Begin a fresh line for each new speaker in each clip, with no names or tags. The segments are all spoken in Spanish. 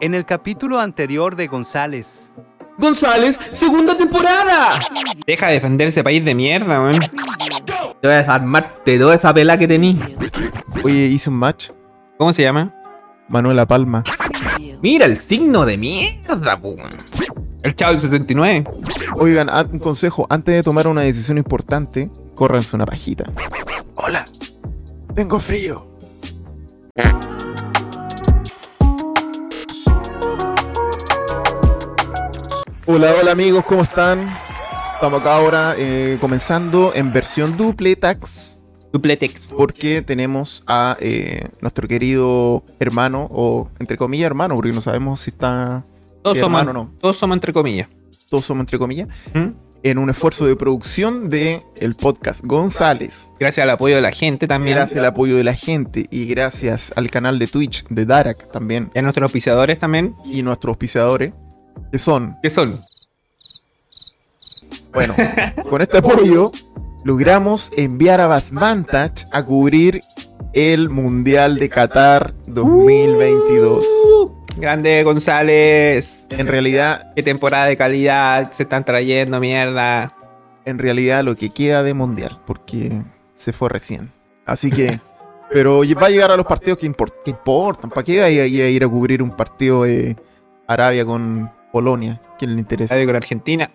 en el capítulo anterior de González.
González, segunda temporada.
Deja de defender ese país de mierda, weón.
Te voy a desarmarte toda esa pela que tení.
Oye, hice un match.
¿Cómo se llama?
Manuela Palma.
Mira el signo de mierda, po.
El Chavo del 69.
Oigan, an- un consejo, antes de tomar una decisión importante, córranse una pajita. Hola, tengo frío. Hola, hola amigos, ¿cómo están? Estamos acá ahora eh, comenzando en versión dupletax
Dupletex.
porque tenemos a eh, nuestro querido hermano, o entre comillas hermano, porque no sabemos si está,
Todos
Sí,
somos,
hermano, no.
todos somos entre comillas.
todos somos entre comillas,
¿Mm?
en un esfuerzo de producción de el podcast González.
Gracias al apoyo de la gente también.
Gracias al apoyo de la gente y gracias al canal de Twitch de Darak también
Y a nuestros auspiciadores también.
y nuestros auspiciadores que son,
¿Qué son?
bueno, con este apoyo logramos enviar a Basmantage a cubrir el Mundial de Qatar 2022.
Uh, Grande González.
En realidad,
Qué temporada de calidad se están trayendo, mierda.
en realidad lo que queda de Mundial porque se fue recién. Así que pero va a llegar a los partidos que, import- que importan. ¿Para qué va a ir a ir a cubrir un partido de Arabia con Polonia? ¿Quién le interesa?
Adiós con Argentina.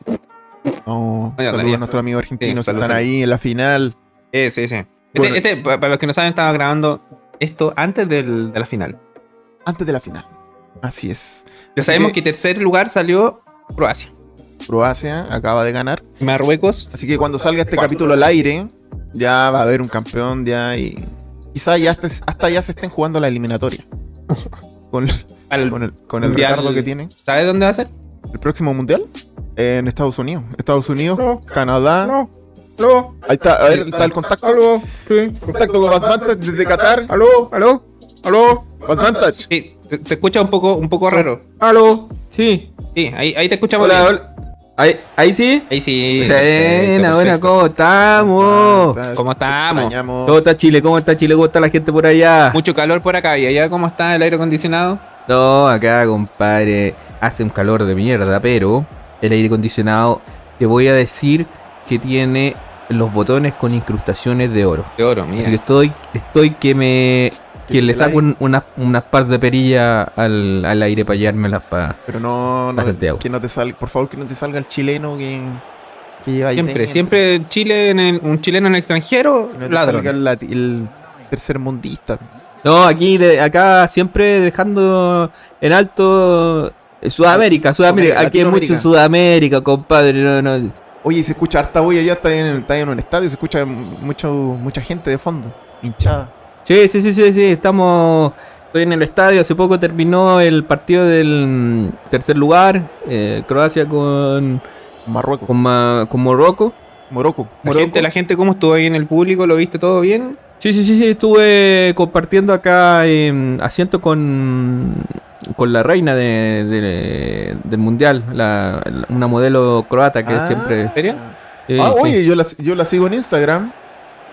No,
Oye,
saludos
Arabia.
a nuestros amigos argentinos
Sí,
que están
saludos.
ahí en la final.
Eh, sí, sí. Este-
Bueno.
este, pa- para los que no saben, estaba grabando esto antes del- de la final.
Antes de la final. Así es.
Ya sabemos que tercer lugar salió Croacia.
Croacia acaba de ganar.
Marruecos.
Así que cuando salga este capítulo al aire, ya va a haber un campeón ya y. Quizá ya hasta, hasta ya se estén jugando la eliminatoria. Con,
al-
con el, con el
Mundial.
retardo que tienen.
¿Sabes dónde va a ser?
¿El próximo mundial? En Estados Unidos. Estados Unidos, Canadá.
Aló, aló,
Ahí está, a ver, está el contacto.
aló, sí,
Contacto con Vantage desde Qatar.
aló, aló, aló,
Vantage.
Sí, te, te escucha un poco, un poco raro.
aló, sí,
Sí, ahí, ahí te escuchamos.
Hola,
bien.
hola. Ahí, ahí sí.
Ahí sí.
Buena,
perfecto,
buena,
perfecto.
¿cómo estamos?
¿Cómo estamos?
¿Cómo está Chile? ¿Cómo está Chile? ¿Cómo está la gente por allá?
Mucho calor por acá. ¿Y allá cómo está el aire acondicionado?
No, acá, compadre, hace un calor de mierda, pero el aire acondicionado, te voy a decir que tiene los botones con incrustaciones de oro.
De oro,
Así que
mira.
estoy, estoy que me.
Que
que le
te la
saco un- una- unas par de perillas al, al aire para llevármelas para.
Pero no,
Para Santiago.
no que no te salga, por favor, que no te salga el chileno que, que lleva ahí
Siempre,
dentro.
siempre Chile en el- un chileno en el extranjero,
Que no te salga
ladrón.
el, lati- el tercer mundista.
No, aquí, de, acá siempre dejando en alto. eh, Sudamérica, Sudamérica, aquí hay mucho
Latinoamérica.
en Sudamérica, compadre. No, no.
Oye, y se escucha harta bulla ya está en, está en un estadio, se escucha mucho, mucha gente de fondo, hinchada.
Sí, sí, sí, sí, sí, estamos. Estoy en el estadio, hace poco terminó el partido del mm, tercer lugar, eh, Croacia con,
Marruecos,
con, Ma- con Morocco.
Morocco.
La
Morocco.
gente, la gente, ¿cómo estuvo ahí en el público? ¿Lo viste todo bien?
Sí, sí, sí, sí, estuve compartiendo acá eh, asiento con, con la reina de- de- del mundial, la- la- una modelo croata que
Ah.
siempre.
¿En serio?
eh,
ah,
sí.
oye, yo la, yo la sigo en Instagram.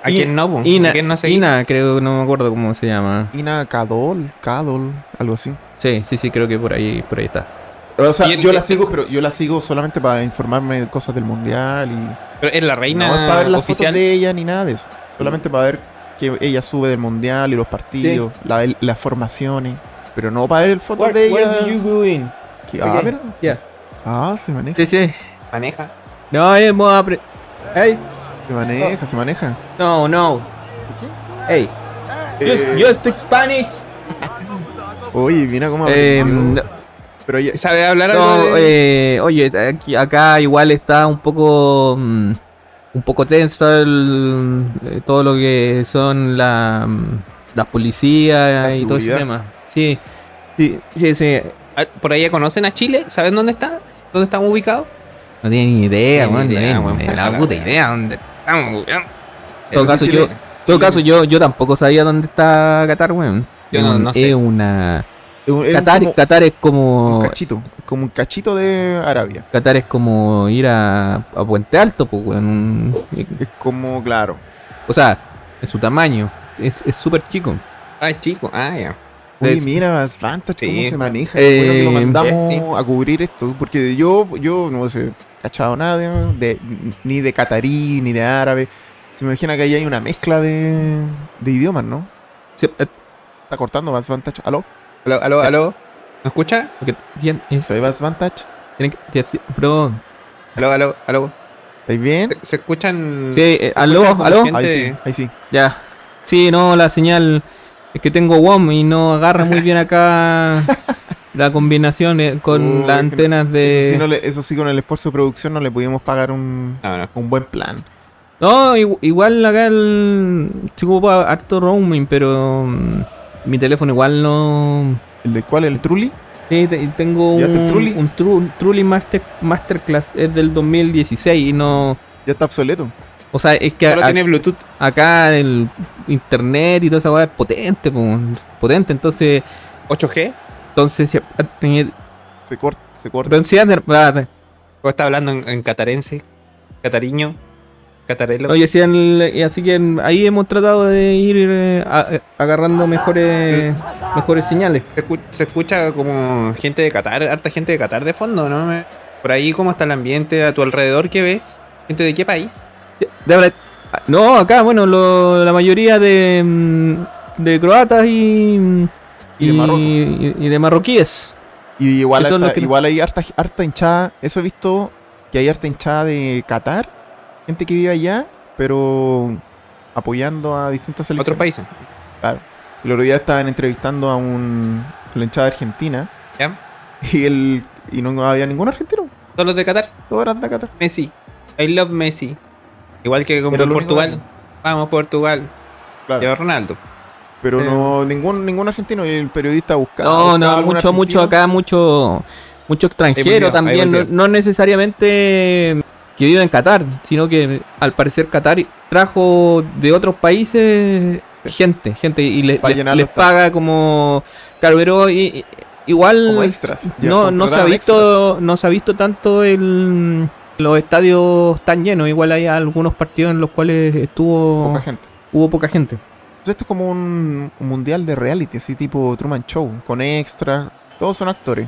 ¿A
Y-
quién no? po? ¿A
Ina,
quién no se
Ina, creo, no me acuerdo cómo se llama.
Ina Cadol, Cadol, algo así.
Sí, sí, sí, creo que por ahí, por ahí está.
O sea,
Y el-
yo la sigo, pero yo la sigo solamente para informarme de cosas del mundial y
Pero es la reina
No es para ver las
oficial.
fotos de ella ni nada de eso. Solamente para ver que ella sube del mundial y los partidos, la- las formaciones. Pero no para ver fotos de ella. Ah,
Ok,
mira.
ya.
Ah, se maneja.
Sí, sí.
Maneja.
No, hemos apre... Hey,
Se maneja, se maneja.
no, no. Hey, yo
Eh,
speak Spanish.
Oye, mira cómo.
Eh,
aprendió.
no,
pero ella,
¿Sabe hablar algo
no,
de-
eh, oye, aquí- acá igual está un poco, mm, un poco tensa el- eh, todo lo que son la, mm, las policías
La
y todo ese
seguridad.
tema. Sí, sí, sí, sí.
Ah, ¿Por ahí ya conocen a Chile? ¿Saben dónde está? ¿Dónde están ubicados?
No tienen ni idea,
Ni
weón, no
idea,
tienen
weón,
ni
puta
la
la
puta
wea.
idea dónde
Estamos, weón.
En todo
Pero
caso,
sí,
yo,
Chile-
en todo
Chile
caso
es-
yo, yo tampoco sabía dónde está Qatar, weón.
Yo
Es
no-
un-
no sé.
Es una.
es un- es
Qatar,
como
Qatar es
un
como.
cachito. es Como un cachito de Arabia.
Qatar es como ir a, a Puente Alto, pues, weón. un-
Es como, claro.
O sea, en su tamaño. Es es súper chico.
Ah, chico. Ah, ya.
Oye,
Es-
mira, Advantage, cómo
Sí.
se maneja. Qué bueno que lo
Eh,
mandamos
sí, sí.
a cubrir esto. Porque yo, yo no sé, cachado nada, de, de- ni de catarí, ni de árabe. Se me imagina que ahí hay una mezcla de, de idiomas, ¿no?
Sí, eh,
Está cortando Advantage. ¿Aló?
Aló, aló, aló. ¿Me escucha?
porque tien- es-
¿Soy Advantage?
tienen que- tien- sí, Perdón.
Aló, aló, aló.
¿Estáis bien?
¿Se, se escuchan?
Mm.
Sí, eh, aló,
escucha como
aló.
gente-
Ahí sí, ahí sí.
Ya. Sí, no, la señal es que tengo WOM y no agarra muy bien acá la combinación eh, con
Uy,
las
que no-
antenas
Eso,
de...
sí no le- eso sí, con el esfuerzo de producción no le pudimos pagar un,
No, no.
un buen plan.
No, igu- igual acá el... Se ocupa harto roaming, pero mm, mi teléfono igual no...
¿El de cuál? ¿El Trulli?
Sí, te- y tengo un,
¿Ya te el Trulli?
un Tru- Trulli Master, Masterclass, es del 2016 y no...
Ya está obsoleto.
O sea, es que
Solo
a-
tiene Bluetooth.
acá el internet y toda esa weá es potente, po, potente, entonces...
8G.
Entonces, si- eh,
Se corta, se corta.
Pero sí, Ander- ah,
¿O está hablando en, en catarense? ¿Catariño? ¿Catarelo?
Oye, sí, en el- y así que en- ahí hemos tratado de ir eh, a- eh, agarrando mejores mejores señales.
Se, escu- se escucha como gente de Qatar, harta gente de Qatar de fondo, ¿no? Me- Por ahí, ¿cómo está el ambiente a tu alrededor? ¿Qué ves? ¿Gente de qué país?
De verdad, ah, no, acá, bueno, lo- la mayoría de, mm, de croatas y,
Y de Marruecos.
y- y de marroquíes.
Y igual,
Que son
harta-
los que no-
igual hay harta, harta hinchada. Eso he visto que hay harta hinchada de Qatar, gente que vive allá, pero apoyando a distintas selecciones.
¿Otros países?
Claro. El otro día estaban entrevistando a un a la hinchada argentina
¿Ya?
y el y no había ningún argentino.
¿Todos los de Qatar?
Todos eran de Qatar.
Messi. I love Messi. Igual que como
Era
en
lo único
Portugal. Vamos, Portugal.
Claro.
Lleva Ronaldo.
Pero
Eh.
no ningún ningún argentino. El periodista buscaba.
No,
buscaba
no,
algún
mucho, mucho
argentino.
acá, mucho, mucho
Ahí
extranjero
volvió, ahí
también. No,
volvió.
no necesariamente que vive en Qatar, sino que al parecer Qatar trajo de otros países gente, gente y le-
Para
les-
llenar
les
los
paga como Calveró y, y- igual
Como extras, ya
no, no se ha
contrataron
visto, no se ha visto tanto el los estadios tan llenos, igual hay algunos partidos en los cuales estuvo
Poca gente.
hubo poca gente.
Entonces Pues esto es como un, un mundial de reality, así tipo Truman Show, con extra. Todos son actores.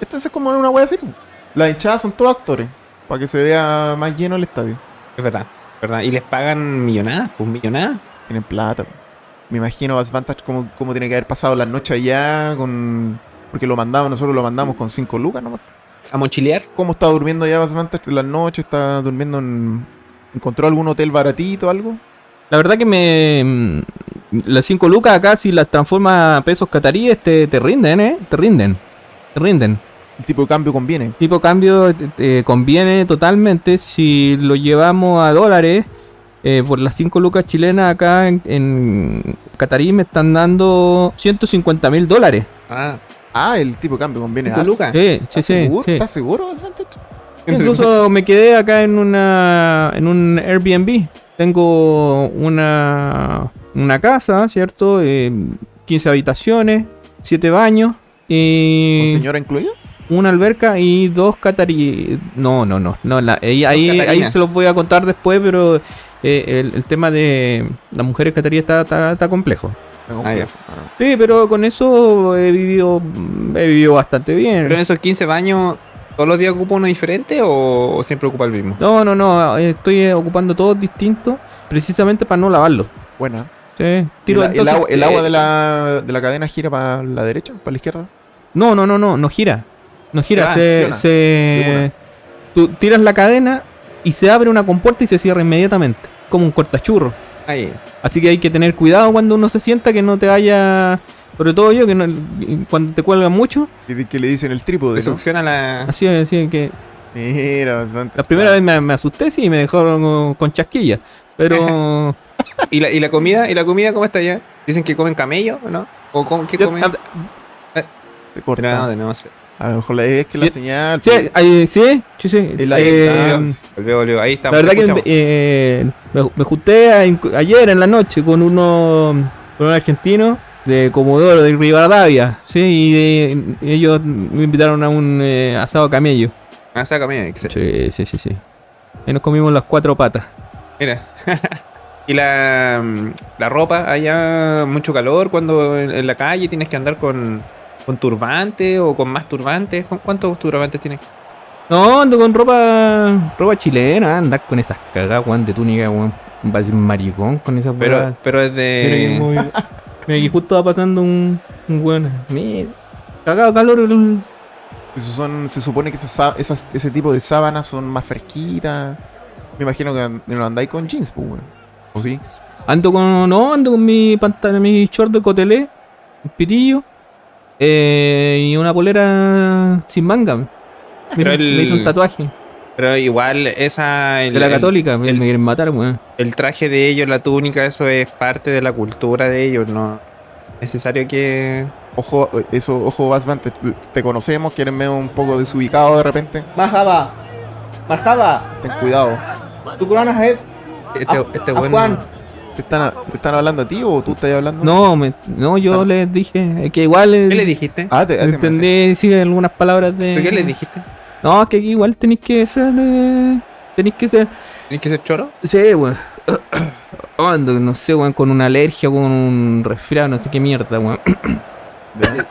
Esto es como una wea así. po. Las hinchadas son todos actores, para que se vea más lleno el estadio.
Es verdad. es verdad. Y les pagan millonadas, pues millonadas.
Tienen plata. po. Me imagino Advantage como, como tiene que haber pasado la noche allá, con porque lo mandamos, nosotros lo mandamos con 5 lucas. ¿no?
A mochilear.
¿Cómo está durmiendo allá Advantage en la noche? ¿Está durmiendo en... ¿Encontró algún hotel baratito o algo?
La verdad que me. mm, Las 5 lucas acá, si las transforma a pesos cataríes, te, te rinden, ¿eh? Te rinden. Te rinden.
El tipo de cambio conviene.
Tipo cambio te, te conviene totalmente. Si lo llevamos a dólares, eh, por las 5 lucas chilenas acá en, en Catarí me están dando 150 mil dólares. Eh,
Ah,
Ah, el tipo de cambio conviene.
cinco
harto.
lucas.
Sí,
Ah,
sí,
¿Estás
sí.
seguro?
sí.
¿Estás seguro, Advantage?
Incluso me quedé acá en una en un Airbnb. Tengo una una casa, ¿cierto? Eh, 15 habitaciones, 7 baños
¿Con
y
señora incluida?
una alberca y dos catarí no, no, no, no la- ahí, ahí, ahí
catarinas.
se los voy a contar después, pero eh, el, el tema de las mujeres cataríes está, está, está complejo.
Ah, ya.
Sí, pero con eso he vivido he vivido bastante bien.
Pero en esos 15 baños, ¿todos los días ocupa uno diferente o, o siempre ocupa el mismo?
No, no, no, eh, estoy eh, ocupando todos distintos precisamente para no lavarlos.
Buena.
Sí,
¿Y
tiro
la- el,
entonces,
agua, el
eh,
agua de la, de la cadena gira para la derecha, para la izquierda.
No, no, no, no, no gira. No gira,
Ah,
se...
acciona.
se-
De
Tú tiras la cadena y se abre una compuerta y se cierra inmediatamente, como un cortachurro.
Ahí.
Así que hay que tener cuidado cuando uno se sienta que no te haya... Sobre todo yo, que no- cuando te cuelgan mucho,
Que, di- que le dicen el trípode,
Se
¿no?
succiona
Ah.
la.
así, así que...
Mira, bastante. Ah,
La primera vez me, me asusté, sí, me dejaron con- con chasquilla. Pero...
¿Y la, y la comida? ¿Y la comida cómo está ya? Dicen que comen camello, ¿no? ¿O cómo- qué
Yo- ah,
comen?
Se
No, no,
corta.
no, no,
A lo mejor la es que la
Yo-
señal.
Sí,
pues, ah,
ahí- sí, sí, sí.
es la
Eh,
distancia.
Volvió, volvió. Ahí está.
la verdad que
escuchamos.
eh, me, me junté a- inc- ayer en la noche con uno con un argentino de Comodoro, de Rivadavia, ¿sí? Y eh, ellos me invitaron a un eh, asado camello.
Ah, saca camello. excelente.
Sí, sí, sí, sí. Y nos comimos las cuatro patas.
Mira. Y la, mm, la ropa, allá mucho calor cuando en, en la calle tienes que andar con, con turbante o con más turbantes. ¿Con ¿Cuántos turbantes tienes?
No, ando con ropa ropa chilena, andar con esas cagadas, weón, de túnica, weón. Va a ser maricón con esas
Pero, eh,
weas.
pero es de...
Mira que muy- mira que justo va pasando un, un weón. Mira, cagado calor. el-
Esos son, se supone que esas, sá- esas- ese tipo de sábanas son más fresquitas. Me imagino que an- no andáis con jeans, pues, weón. ¿O sí?
Ando con. No, ando con mi pantalón, mi short de cotelé, un pitillo. eh, y una polera sin manga. Me hizo,
Pero el-
me hizo un tatuaje.
Pero igual esa... el-
de la
el-
católica,
el-
me quieren matar, weón.
el traje de ellos, la túnica, eso es parte de la cultura de ellos, no es necesario que...
Ojo, eh, eso, ojo, Basman, te, te conocemos, que eres medio un poco desubicado de repente.
Marhaba. Marhaba.
Ten cuidado.
Tu Corona Head.
Este,
Ah,
este
a
bueno-
Juan.
¿Te están, a- te están hablando a ti o tú estás hablando?
No, me- no, yo
Ah.
les dije eh, que igual. eh,
¿Qué le dijiste?
Ah, te, ah, te
entendí decir algunas palabras de.
¿Pero qué le dijiste?
No, que aquí igual tenéis que ser. eh, tenéis que ser.
¿Tienes que ser choro?
Sí, weón. Ando, no sé, weón, con una alergia, con un resfriado, no sé qué mierda, weón.
imaginé.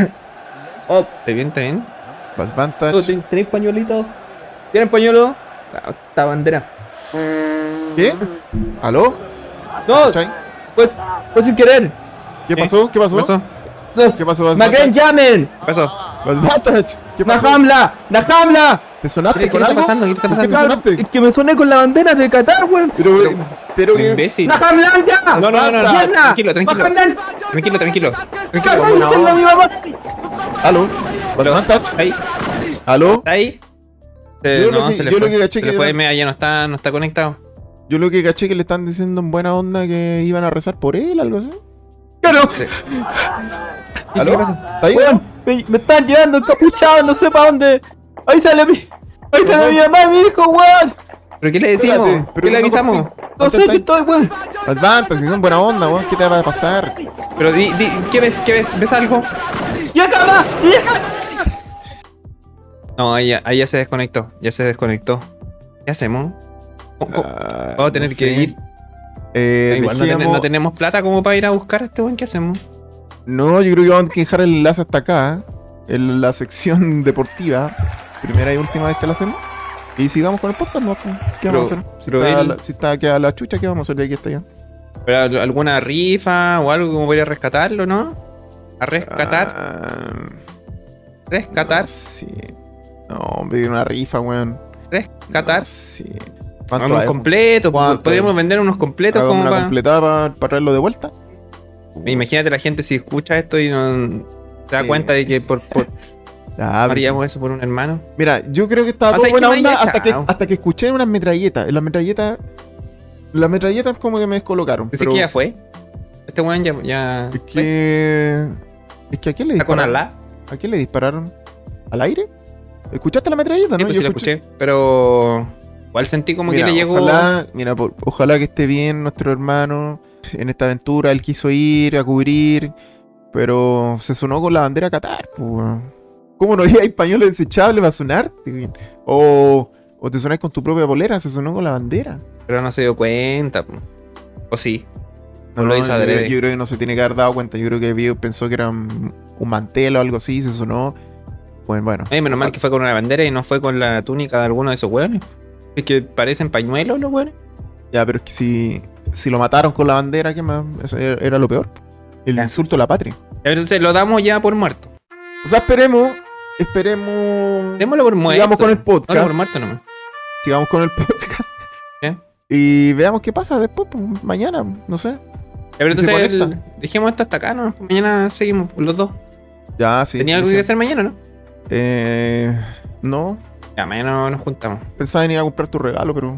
¿Está bien, está bien?
Ya, Basman está-
¿Tenéis pañuelitos? ¿Tienen pañuelo? Ah, Esta bandera.
¿Qué? ¿Aló?
No,
¿Cachai?
pues, pues sin querer.
¿Qué
¿Qué?
pasó? ¿Qué pasó?
¿Qué pasó?
No.
¿Qué pasó? Basman?
¡Macren llamen!
¿Qué pasó?
Basman, ¿Qué pasó?
¡Najamla! ¡Najamla!
¿Te sonaste
¿Qué
con
está
algo?
pasando? ¿Qué está
¿Por ¿Qué te
pasando?
sonaste?
Es que me soné con la bandera de Qatar, weón.
Pero, eh,
Pero-
pero
Un
que-
imbécil.
¡Najamla
No,
ya!
no, no, no, no.
¡Najamla!
Tranquilo, tranquilo.
¡Najamla!
Tranquilo, tranquilo. Tranquilo.
¡Najamla,
no.
mi mamá!
¿Aló?
Pero-
¿Batman Touch?
¿Ahí?
¿Aló?
¿Está ahí? Eh,
Yo lo
no,
que-
se le
yo
fue.
lo que caché
se le
que
fue,
era-
mira, ya no está, no está conectado.
Yo lo que caché que le están diciendo en buena onda que iban a rezar por él, algo así.
Claro.
¿Aló? ¿Está ahí?
Weón, me, me están llevando encapuchado, no sé para dónde. Ahí sale mi. Ahí sale mi mamá, mi hijo, weón.
¿Pero qué le decimos?
Espérate, pero
¿Qué le
no
avisamos?
conté-
No sé
contesta
qué
ahí.
estoy, weón.
Batman, si son buena onda, weón, ¿qué te va a pasar?
Pero di, di, ¿qué ves? ¿Qué ves? ¿Ves algo?
¡Ya acaba! ¡Ya
No, ahí ya, ahí ya se desconectó. Ya se desconectó. ¿Qué hacemos? ¿Cómo- cómo-
Ah,
Vamos a tener
no
que
sé.
ir.
Eh,
Igual no, ten-
dejemos-
no tenemos plata como para ir a buscar a este buen. ¿Qué hacemos?
No, yo creo que vamos a dejar el enlace hasta acá. En la sección deportiva. Primera y última vez que la hacemos. Y sigamos con el podcast, ¿no? ¿Qué
Pero-
vamos a hacer? Si
pero
está,
él-
la, si está queda la chucha, ¿qué vamos a hacer de aquí hasta allá?
¿Pero al- alguna rifa o algo como para ir a rescatarlo, no? A rescatar,
Ah,
rescatar,
no sé. No, pedir una rifa, weón.
rescatar.
Sí.
Unos completos,
¿Cuánto
pues, podríamos
es?
vender unos completos como
una
para...
completada para traerlo de vuelta?
Imagínate la gente si escucha esto y no se da
Sí.
cuenta de que por, por
Ah, pero-
haríamos eso por un hermano.
Mira, yo creo que estaba
O
todo
sea, es que
buena
me
onda
haya
hasta que,
echado.
hasta que escuché unas metralletas. Las metralletas. Las metralletas como que me descolocaron.
Pensé
pero
que ya fue. Este weón ya... ya
Es que. Es que a quién le
Está con
dispararon.
Alá.
¿A quién le dispararon? ¿Al aire? ¿Escuchaste la metralleta,
Sí,
no?
pues sí lo escuché, pero... Igual sentí como
Mira,
que le llegó...
Ojalá, mira, por- ojalá que esté bien nuestro hermano en esta aventura. Él quiso ir a cubrir, pero se sonó con la bandera Qatar. pues, weón. ¿Cómo no había español desechable para sonarte? weón? O, o te sonás con tu propia polera, se sonó con la bandera.
Pero no se dio cuenta. po. O sí.
No,
lo
no,
hizo
yo,
adrede.
creo, yo creo que no se tiene que haber dado cuenta. Yo creo que vio- pensó que era un, un mantel o algo así y se sonó. Bueno, bueno.
Ay, menos mal que fue con una bandera y no fue con la túnica de alguno de esos weones. Es que parecen pañuelos los weones.
Ya, pero es que si, si lo mataron con la bandera, ¿qué más? Eso era, era lo peor. El
Ya.
insulto a la patria.
Entonces lo damos ya por muerto.
O sea, esperemos. Esperemos.
Démoslo por muerto.
Sigamos con el podcast.
Démoslo por muerto nomás.
Sigamos con el podcast.
Ya.
Y veamos qué pasa después, pues, mañana, no sé.
Ya, pero
Si se
entonces el- dejemos esto hasta acá, ¿no? Mañana seguimos los dos.
Ya, sí.
Tenía algo que
dije-
hacer mañana, ¿no?
Eh, no.
Ya, mañana nos juntamos.
Pensaba en ir a comprar tu regalo, pero.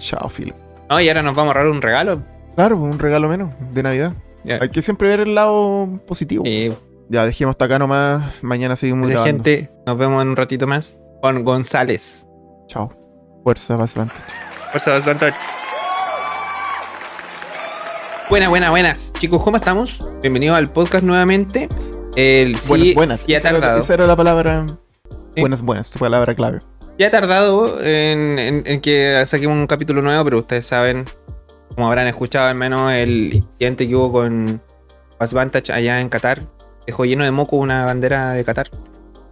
Chao, Phil.
No, y ahora nos vamos a ahorrar un regalo.
Claro, pues, un regalo menos de Navidad.
Ya.
Hay que siempre ver el lado positivo.
Eh,
Ya, dejemos hasta acá nomás. Mañana seguimos
entonces,
grabando.
gente, nos vemos en un ratito más con González.
Chao. Fuerza, vas adelante.
Fuerza, González. Buenas, buenas, buenas. Chicos, ¿cómo estamos? Bienvenidos al podcast nuevamente. El sí,
Buenas, buenas.
sí ha
Esa era-
tardado.
esa era la palabra. em,
Sí.
Buenas, buenas, tu palabra clave.
Ya ha tardado en, en- en que saquemos un capítulo nuevo, pero ustedes saben, Como habrán escuchado, al menos el incidente que hubo con Basvantage allá en Qatar dejó lleno de moco una bandera de Qatar.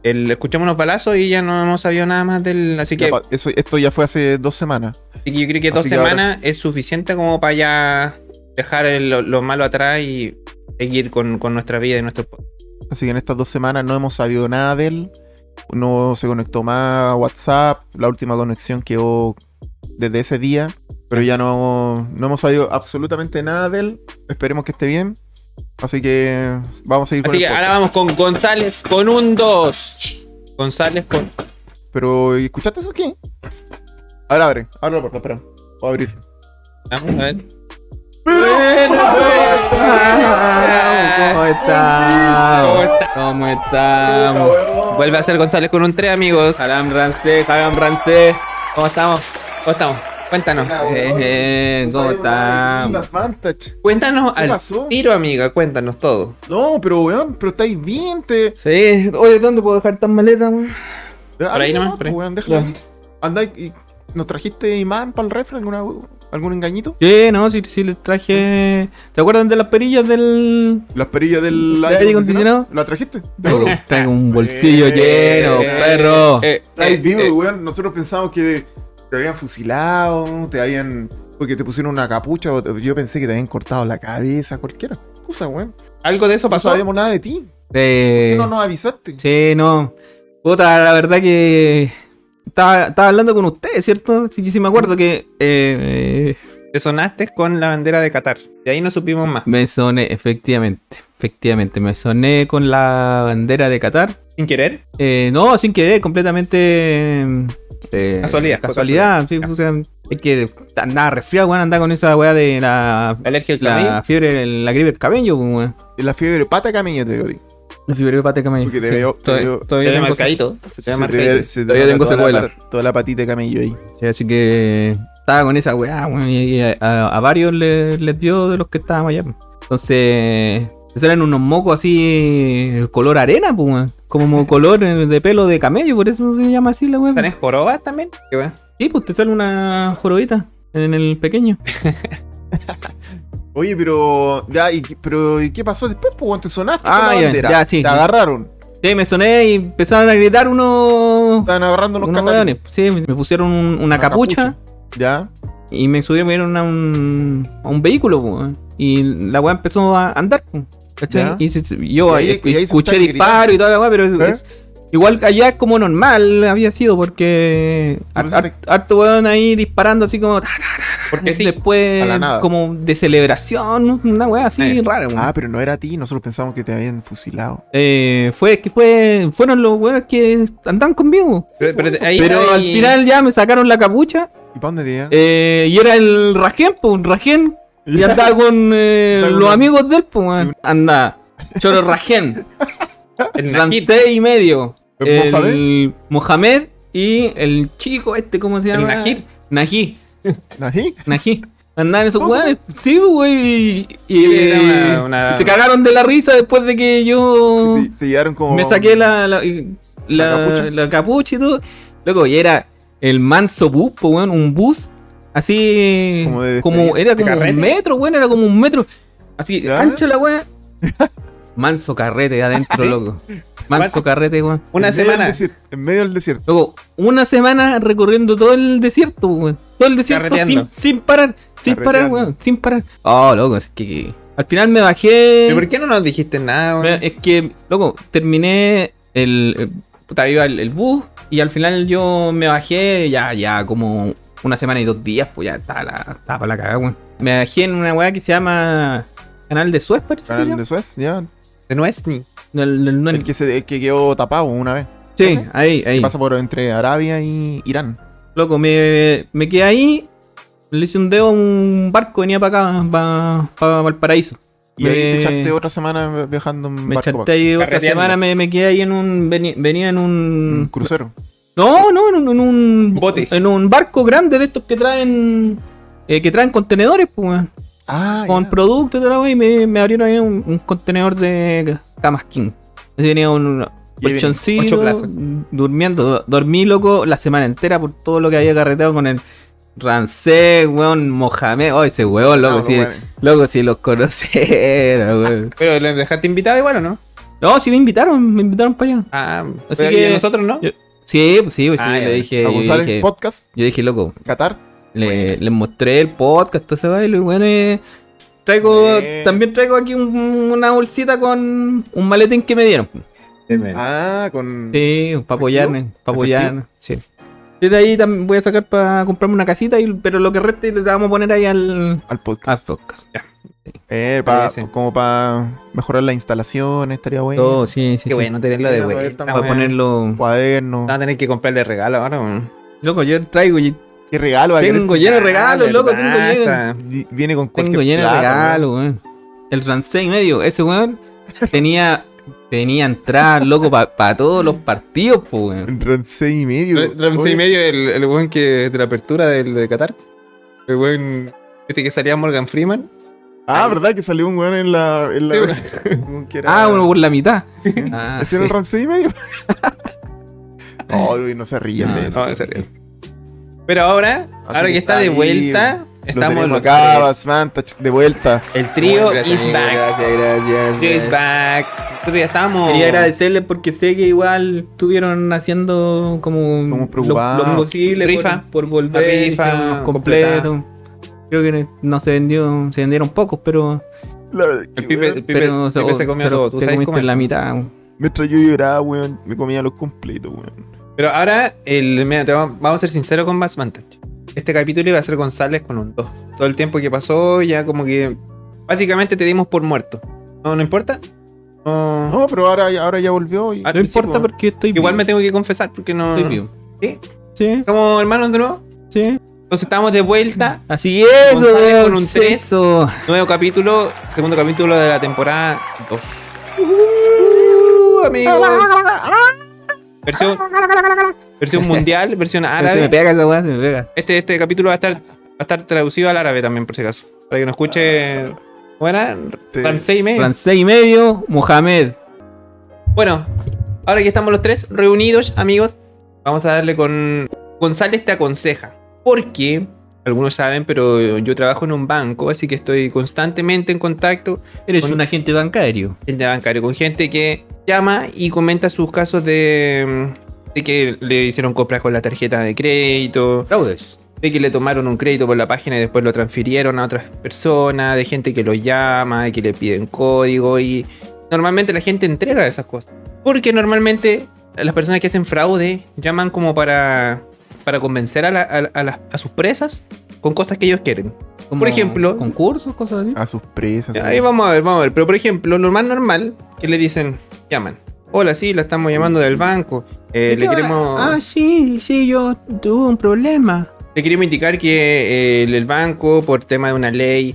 El, escuchamos unos balazos y ya no hemos sabido nada más del. Así que,
Ya pa- eso- esto ya fue hace dos semanas.
así que yo creo que dos
así que ahora-
semanas es suficiente como para ya dejar el- lo, lo malo atrás y seguir con, con nuestra vida y nuestro.
Así que en estas dos semanas no hemos sabido nada de él. No se conectó más a WhatsApp. La última conexión quedó desde ese día. Pero ya no, no hemos sabido absolutamente nada de él. Esperemos que esté bien. Así que vamos a seguir
Así
con
que
el
ahora
podcast.
vamos con González con un 2. González con.
Pero, ¿escuchaste eso qué? Ahora abre. Abre la puerta, espera. Voy a abrir.
Eh,
Vamos a ver.
¿Cómo
pues. Ah,
está? ¿Cómo está?
Vuelve a ser González con un 3, amigos.
Salam Ramsey, Salam Ramsey.
¿Cómo estamos? ¿Cómo estamos? Cuéntanos.
Eh, eh, ¿Cómo está?
Vantage.
Cuéntanos
¿Qué
al
pasó?
tiro, amiga. Cuéntanos todo.
No, pero weón, pero estáis bien, te.
Sí, oye, ¿dónde puedo dejar tan maleta? weón?
Por
ahí nomás, por ahí.
Weón, déjalo
Ya.
ahí. Andá y. ¿Nos trajiste imán para el refri? ¿Alguna, ¿Algún engañito?
Sí, no, sí, sí, les traje. ¿Se acuerdan de las perillas del.?
¿Las perillas del
¿Del
aire
aire acondicionado?
¿La trajiste?
Eh,
De oro.
Traigo un bolsillo
Eh,
lleno,
eh,
perro.
Eh,
Estáis
eh,
vivo,
eh,
weón. Nosotros pensamos que te habían fusilado, te habían. Porque te pusieron una capucha, o te- yo pensé que te habían cortado la cabeza, cualquier cosa, weón.
Algo de eso
No
pasó.
sabíamos nada de ti. ¿Por
Eh,
qué no nos avisaste?
Sí, no. Puta, la verdad que. Estaba, estaba hablando con ustedes, ¿cierto? Sí, sí, me acuerdo que. eh, eh,
Te sonaste con la bandera de Qatar. De ahí no supimos más.
me soné, efectivamente. Efectivamente, me soné con la bandera de Qatar.
Sin querer.
Eh, no, sin querer, completamente. eh,
Casualidad, fue
Casualidad, sí,
casualidad.
o sea, es que andaba resfriado, weón, andaba con esa weá de la,
Alergia al
la
cabello.
fiebre, la gripe del cabello, pues, weón.
La fiebre de pata camino te digo, tío.
La fiebre de pata de camello.
Porque te
sí.
veo- te
Todavía-
veo-
todavía
Se te
tengo esa-
marcadito. Se te
Se te
marcadito.
ve- se te
Todavía
nota
tengo
toda la
secuela.
par- Toda la patita de camello ahí.
Sí, así que estaba con esa weá, weón, y a, a- a varios le- les dio de los que estábamos allá. pues. Entonces, te salen unos mocos así, color arena, pues, weón. como color eh, de pelo de camello, por eso se llama así la weá.
¿Están en jorobas también? Qué bueno.
Sí, pues te sale una jorobita en el pequeño.
Oye, pero. Ya, y, pero ¿y qué pasó después? Pues cuando te sonaste
Ah,
con la
ya,
bandera.
ya, sí.
Te agarraron.
Sí, me soné y empezaron a gritar unos.
Estaban agarrando Ah, los
unos
catalanes.
weones. Sí, me me pusieron un- una, capucha.
Ya.
Y me subieron a un, a un vehículo, po, weón. Y la weá empezó a andar, po, ¿cachai?
Ya.
Y se- se- yo
Y ahí- y
escu-
ahí
escuché
escuchaste
disparos y toda la weá, pero es-
¿Eh?
es- igual allá es como normal había sido, porque
Yo
har-
pensé
har- harto weón ahí disparando así como. ta, ta,
Porque sí.
Después,
a la nada.
como de celebración, una weá así
Eh.
rara, weón.
Ah, pero no era a ti. Nosotros pensamos que te habían fusilado.
Eh, fue que fue, fueron los weones que andaban conmigo.
Pero, pero ahí-
pero al
ahí-
final ya me sacaron la capucha
¿Y para dónde te iban?
eh, y era el Rajén, po, un Rajén Y andaba con eh,
Andaba con
los
un-
amigos del po, weón. Anda. Choro Rajén,
El Najid.
Ranté y medio.
¿El
El Mohamed y el chico este, ¿cómo se
El
llama?
Najid.
Nají.
¿Nají?
Nají. Andaban esos
¿Cómo se
weones. Sí, güey. Y, y-
Era una- una-
y se cagaron de la risa después de que yo
Te, te llevaron como.
me saqué la, la, la,
La capucha.
la capucha y todo. Loco, y era el manso bus, po, weón, un bus así.
Como de
como
despedida.
Era como
¿De
un
carrete?
metro, weón, era como un metro. Así,
¿Ya?
ancho la weá. Manso carrete adentro, loco. Manso
Manso.
carrete, weón.
Una
en medio del
semana.
desierto, en medio del desierto.
Loco, una semana recorriendo todo el desierto, weón. Todo el desierto sin,
Carreteando.
sin parar, sin parar,
Carreteando.
weón, sin parar. Oh, loco, es que, que- Al final me bajé.
¿Pero por qué no nos dijiste nada?
Mira,
güey?
Es que, loco, terminé el. eh, Puta, iba el, el bus y al final yo me bajé ya, ya como una semana y dos días, pues ya estaba, la, estaba para la cagada, weón. Me bajé en una weá que se llama Canal de Suez, parece. que se
Canal
llama.
de Suez, ya.
De nuez ni.
El- el- no, el-
El que, se, el que quedó tapado una vez.
sí, ahí, ahí.
Pasa por entre Arabia y Irán.
Loco, me, me quedé ahí, le hice un dedo a un barco, venía para acá, para Valparaíso.
Y ahí te
Me-
echaste otra semana viajando en
Me
barco.
chanté ahí otra
Carreteando.
semana, me, me quedé ahí en un. veni- venía en un.
Un crucero.
No, no, en un, en un
Bote.
en un barco grande de estos que traen eh, que traen contenedores, pues, weón,
Ah,
con
ya.
productos y toda la weá, y me, me abrieron ahí un, un contenedor de Camasquín. Así tenía un
Y
ocho
ahí venía,
colchoncito,
plazas.
durmiendo, do- dormí loco la semana entera por todo lo que había carreteado con el Rancé, weón, Mohamed. Oh, ese weón, loco,
no,
si,
Ah, bueno.
loco, si los conociera, weón.
Pero les dejaste invitado igual, ¿o no?
No, si me invitaron, me invitaron para allá.
Ah,
Así
pero ¿y
que-
a nosotros no.
yo- Sí, pues sí, pues sí,
Ah, ya,
le
ya.
dije,
a
yo
González
dije,
Podcast,
yo dije, loco,
Qatar.
le,
Buena.
les mostré el podcast, todo ese baile, y bueno, eh, traigo,
Buena.
también traigo aquí un- una bolsita con un maletín que me dieron.
Ah, con.
Sí, para apoyarme, para apoyarme, sí. Y de ahí también voy a sacar para comprarme una casita, y, pero lo que reste le vamos a poner ahí al,
Al
al
podcast.
podcast. Ah,
Eh, pa-
parece.
como para mejorar la instalación, estaría bueno.
Todo, Oh, sí, sí.
Qué
sí.
bueno tenerlo de
Mira, no,
vuelta.
estamos-
Para
weón.
ponerlo.
Cuaderno.
Vamos a tener que comprarle regalo ahora. weón.
Loco, yo traigo, y
Qué regalo. va a querer-
tengo lleno de regalos,
Ah,
loco,
verdad,
tengo lleno.
está.
Vi- Viene con
Tengo
cualquier
lleno de
plata,
regalos, weón. El Rancé y medio, ese weón tenía, tenía entradas, loco, para todos los partidos, po, weón.
weón. Ramsey y medio.
Ra- Ramsey
Oye,
y medio, el, el buen que de la apertura del de Qatar. El buen. Viste que salía Morgan Freeman.
Ah, ¿verdad? Que salió un weón en la. En la
Sí,
un que era-
Ah, uno por la mitad.
Sí.
Ah,
¿Ese
sí.
era el Ramsey y medio? oh, Luis, no se ríen de
No,
eso.
No, en serio. Pero ahora, ahora que está de
ahí,
vuelta, estamos
Estamos
los
acá,
tres.
Vantage, de vuelta.
El trío
Gracias,
is
amigo,
back.
Gracias, gracias.
Trío is
gracias.
back. Nosotros ya estamos.
Quería agradecerles porque sé que igual estuvieron haciendo como,
Como
lo,
preocupados.
lo posible por-
Rifa.
por, volver.
Rifa
hicieron completo. Creo que no se vendió, se vendieron pocos, pero,
La verdad que,
El pipe,
weón,
el pipe-
pero,
el pipe se comió
pero
todo. Tú
te
sabes
comiste
cómo es.
la mitad.
Mientras yo lloraba, weón, me comía los completos, weón.
Pero ahora, el, mira, te vamos, vamos a ser sinceros con Bass Vantage. Este capítulo iba a ser González con un 2. Todo el tiempo que pasó, ya como que. Básicamente te dimos por muerto. No, no importa. No-
No, pero ahora, ahora ya volvió y.
Ah,
No
sí,
importa
po.
porque estoy
Igual me
vivo.
tengo que confesar porque no.
Estoy vivo.
¿Sí?
Sí,
Somos hermanos de nuevo.
sí.
Entonces estamos de vuelta.
Así es,
González
weón,
con un
sí,
tres.
eso.
Nuevo capítulo, segundo capítulo de la temporada 2. amigos. Versión, versión mundial, versión
Pero Se me
árabe.
pega esa weá, se me pega.
Este, este capítulo va a estar, va a estar traducido al árabe también, por si acaso. Para que nos escuche. Bueno,
Te-
francés y medio.
Francés y medio, Mohamed.
Bueno, ahora que estamos los tres reunidos, amigos, vamos a darle con. González te aconseja. Porque, algunos saben, pero yo trabajo en un banco, así que estoy constantemente en contacto
Eres
Con-
un agente bancario.
gente bancario, con gente que llama y comenta sus casos de, de que le hicieron compras con la tarjeta de crédito,
Fraudes.
de que le tomaron un crédito por la página y después lo transfirieron a otras personas, de gente que lo llama, de que le piden código y normalmente la gente entrega esas cosas. Porque normalmente las personas que hacen fraude llaman como para, para convencer a, la- a- a las- a sus presas con cosas que ellos quieren. Por ejemplo-
Concursos, cosas así.
A sus presas.
Ahí vamos a ver, vamos a ver. Pero por ejemplo, lo más normal que le dicen, llaman. Hola, sí, la estamos llamando del banco. Eh, le, queremos,
Ah, sí, sí, yo tuve un problema.
le queremos indicar que eh, el, el banco, por tema de una ley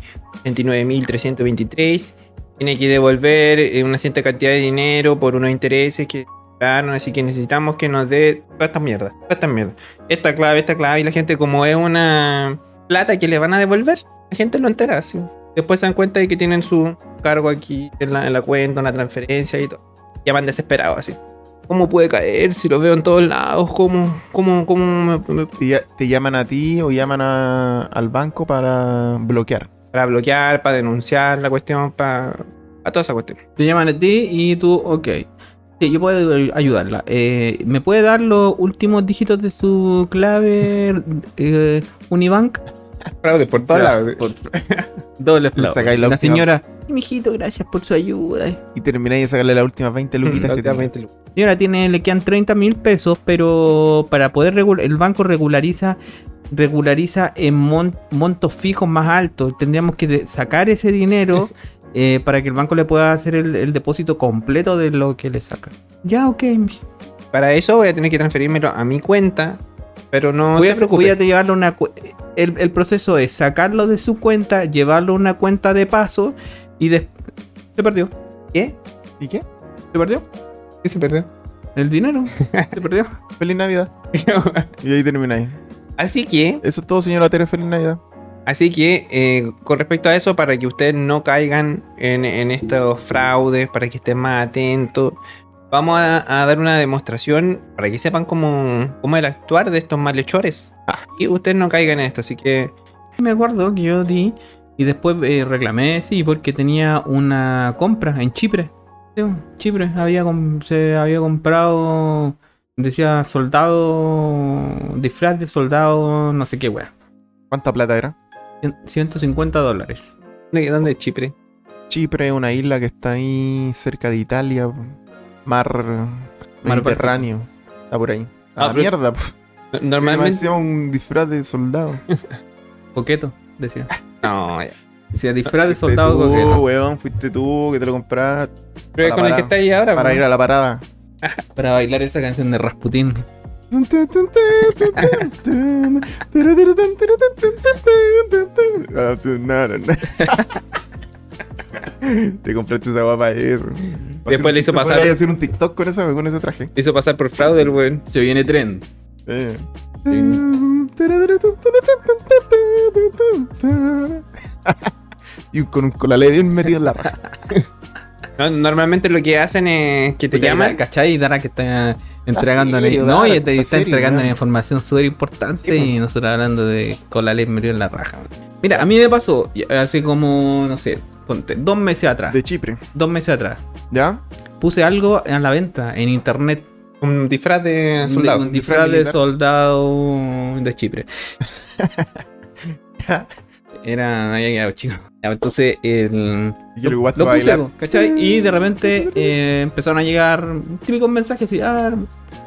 29.323, tiene que devolver eh, una cierta cantidad de dinero por unos intereses que dan. Así que necesitamos que nos dé toda esta mierda, toda esta mierda. Esta clave, esta clave. Y la gente, como es una plata que le van a devolver, la gente lo entera. así. Después se dan cuenta de que tienen su cargo aquí en la, en la cuenta, una transferencia y todo. Ya van desesperados así. ¿Cómo puede caer? Si lo veo en todos lados, ¿cómo, cómo, cómo me- me
Te, lla- te llaman a ti o llaman a- al banco para bloquear.
para bloquear, para denunciar la cuestión, para, para toda esa cuestión.
Te llaman a ti y tú, ok. Sí, yo puedo ay- ayudarla. Eh, ¿Me puede dar los últimos dígitos de su clave eh, Unibank?
Fraude por
Ya, por- Doble fraude.
sacáis la
la
última.
señora. Mijito, gracias por su ayuda.
Y termináis de sacarle las últimas 20 luquitas que tenía.
Y ahora tiene, le quedan 30 mil pesos, pero para poder regular, el banco regulariza regulariza en mon- montos fijos más altos. Tendríamos que de- sacar ese dinero eh, para que el banco le pueda hacer el, el depósito completo de lo que le saca. Ya, ok. mi-
Para eso voy a tener que transferírmelo a mi cuenta, pero no
voy,
se
a,
preocupe.
voy a llevarlo a una... cu- El, el proceso es sacarlo de su cuenta, llevarlo a una cuenta de paso y después... Se perdió.
¿Qué?
¿Y qué?
Se perdió.
¿Qué se perdió?
El dinero. Se perdió.
Feliz Navidad. Y ahí termináis.
así que,
Eso es todo, señor Atero. Feliz Navidad.
así que, eh, con respecto a eso, para que ustedes no caigan en, en estos fraudes, para que estén más atentos, vamos a, a dar una demostración para que sepan cómo, cómo el actuar de estos malhechores. y ustedes no caigan en esto, así que
Me acuerdo que yo di y después eh, reclamé, sí, porque tenía una compra en Chipre. Sí, en Chipre había com- se había comprado, decía soldado, disfraz de soldado, no sé qué wea.
¿Cuánta plata era?
Cien- 150 dólares.
¿dónde es Chipre?
Chipre es una isla que está ahí cerca de Italia, mar Mediterráneo. Está por ahí.
Ah,
Ah,
pero-
mierda, pf, me
Normalmente
hacía un disfraz de soldado.
Coqueto, decía.
no, ya.
Decía disfraz de
Fuiste
soldado
Este tú,
coqueto.
weón, fuiste tú que te lo compraste
Pero es
Para
con el
parar.
que está ahí
Ah,
ahora.
para
po.
ir a la parada.
Para bailar esa canción de Rasputín.
Ah, sí, no, no, no. Te compraste esa guapa ayer.
Después le hizo pasar.
Voy a hacer un TikTok con, esa, con ese traje.
Hizo pasar por fraude el weón.
Se viene trend.
Eh.
Sí.
y con un colalé bien metido en la raja.
No, normalmente lo que hacen es que te
Porque
llaman.
Dara, ¿Cachai? Dara que está entregando
serio,
la-
Dara,
no, y
está
te está
serio,
entregando
man.
la información súper importante y nosotros hablando de Colales metido en la raja. man. Mira, a mí me pasó y- eh, hace como, no sé, ponte, dos meses atrás.
De Chipre.
Dos meses atrás.
¿Ya?
Puse algo a la venta en internet.
Un disfraz de
Un,
soldado.
un disfraz de
militar.
soldado de Chipre. Era, había quedado chico. Ya, Entonces, el,
Y que lo jugaste
lo
para
puse,
bailar. Mm.
po, ¿cachai? Y de repente eh, empezaron a llegar típicos mensajes así, ah,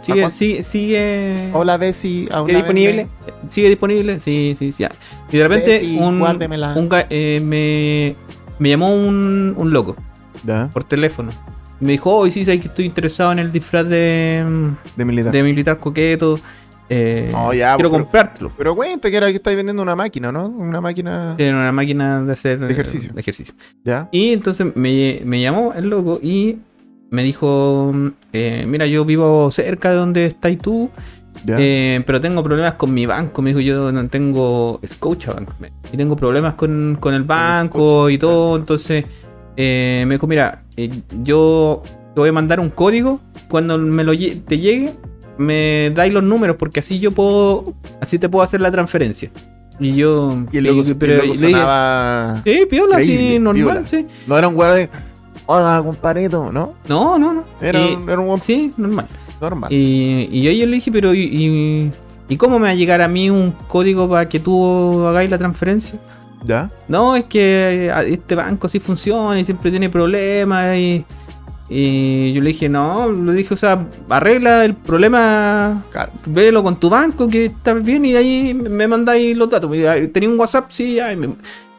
sigue,
Juan?
sigue, sigue, eh,
Hola, Bessie. ¿aún
¿Está disponible?
sigue disponible, sí, sí, sí. ya. Y de repente
Bessie,
un,
guárdemela.
un ga- eh, me, me llamó un, un loco
¿Ya?
por teléfono. Me dijo, hoy sí, sabes que estoy interesado en el disfraz de,
De militar.
de militar coqueto. eh,
No, Oh, ya, pues,
quiero
pero-
comprártelo.
Pero cuenta que era que estáis vendiendo una máquina, ¿no? Una máquina.
Era una máquina de hacer eh,
ejercicio.
de ejercicio.
¿Ya?
Y entonces me, me llamó el loco y me dijo, eh, mira, yo vivo cerca de donde estás tú,
¿Ya?
eh, pero tengo problemas con mi banco. Me dijo, yo no tengo Scotiabank. me- Y tengo problemas con, con el banco y todo. Entonces eh, me dijo, mira, eh, yo te voy a mandar un código. Cuando me lo, lle- te llegue, me dais los números porque así yo puedo, así te puedo hacer la transferencia. Y yo...
y el loco,
le-
y el
eh, pero-
loco
le dije,
sonaba.
Sí, piola, sí,
creíble,
normal,
piola.
sí.
No era un guarda de. Hola, compadrito, ¿no?
No, no, no.
Era,
Y-
un- era un guan
Eh, Sí, Eh, normal.
normal.
Y, y ahí yo le dije, pero ¿y, y, y cómo me va a llegar a mí un código para que tú hagáis la transferencia?
¿Ya?
No, es que eh, este banco sí funciona y siempre tiene problemas. Y, y yo le dije, no, le dije, o sea, arregla el problema,
Claro.
velo con tu banco que está bien y ahí me mandáis los datos. Me dijo, "Ah, ¿Tenía un WhatsApp? Sí, ya. y me-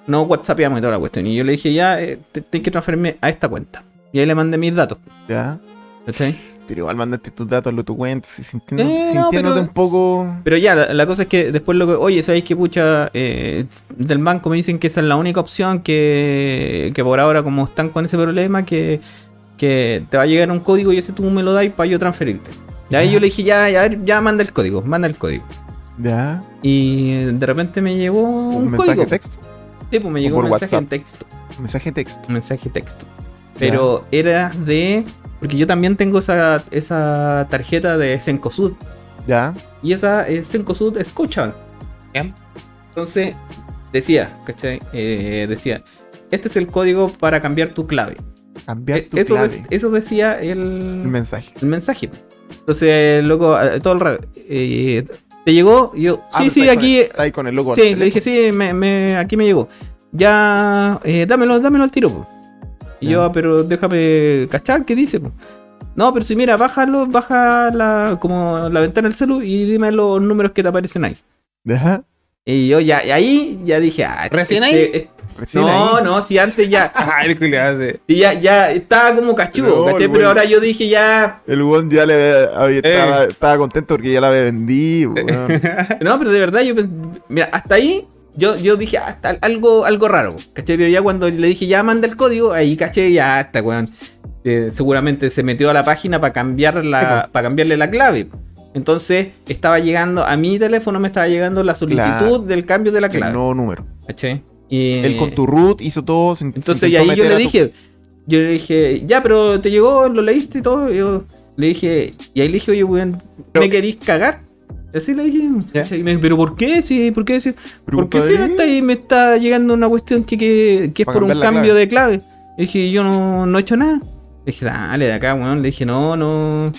no, WhatsAppiamos y toda la cuestión. Y yo le dije, ya, eh, te- tenés que transferirme a esta cuenta. Y ahí le mandé mis datos.
¿Ya?
¿Cachai?
Pero igual mandaste tus datos, lo tu cuentas, y sintiendo-
Eh, no,
sintiéndote
pero-
un poco.
Pero ya, la, la cosa es que después lo que, oye, ¿sabéis que pucha eh, del banco me dicen que esa es la única opción que, que por ahora como están con ese problema que, que te va a llegar un código y ese tú me lo dais para yo transferirte. Y ahí yo le dije, ya, ya, ya manda el código, manda el código.
¿Ya?
Y eh, de repente me llegó un,
Un mensaje
código.
de texto.
Sí, pues me llegó
por
un mensaje
WhatsApp.
en texto.
Un mensaje de texto.
Un mensaje de texto. Pero era de... Porque yo también tengo esa, esa tarjeta de Sencosud.
¿Ya?
Y esa eh, Sencosud escuchan.
Ya.
Entonces, decía, ¿cachai? Eh, decía, este es el código para cambiar tu clave.
Cambiar
Eh,
tu
eso,
clave.
de- eso decía el,
El mensaje.
el mensaje. Entonces, loco, eh, todo el rato. eh, te llegó, Y yo,
Ah,
sí,
pero
sí,
está ahí con
aquí.
el- Está ahí con el loco. al
Sí, le dije,
teléfono.
sí, me, me- aquí me llegó. Ya, eh, dámelo, dámelo al tiro, po. Y
Ya.
yo, "Ah, pero déjame cachar, ¿qué dice, po?". No, pero si mira, bájalo, baja la, como la ventana del celu y dime los números que te aparecen ahí.
¿Ya?
Y yo ya, y ahí ya dije, ah,
¿Recién
este- este-
Recién
no,
ahí.
no, si antes ya,
Ah, el culiado de-
si ya, ya estaba como cachudo,
No,
¿cachai?
el
Pero
güey-
ahora yo dije ya,
El Won ya le había- había-
Eh.
estaba, estaba contento porque ya la había vendido. weón.
no, pero de verdad yo, pens- mira, hasta ahí yo, yo dije ah, está- algo, algo raro, ¿cachai? Pero ya cuando le dije ya manda el código, ahí caché ya está, weón. Eh, seguramente se metió a la página para cambiar la, para cambiarle la clave. Entonces estaba llegando, a mi teléfono me estaba llegando la solicitud
Claro.
del cambio de la
El
clave.
nuevo núero.
¿cachai? Y-
Él con tu root hizo todo. se- se
Eh. Entonces, y
intentó
ahí yo
meter
le
a tu-
dije, yo le dije, ya, pero te llegó, lo leíste y todo. y yo le dije, y ahí le dije, oye, weón, ¿me
Pero-
querís cagar? Así le dije.
Ya.
¿cachai? Y me dijo, pero ¿por qué? Sí, ¿por qué? Sí,
Pero,
¿Por qué
compadre,
si me está, me está llegando una cuestión que, que, que es
Pa'
por un
cambiar la
cambio de clave? Le dije, yo no, no he hecho nada. Le dije, dale de acá, weón. Le dije, no, no.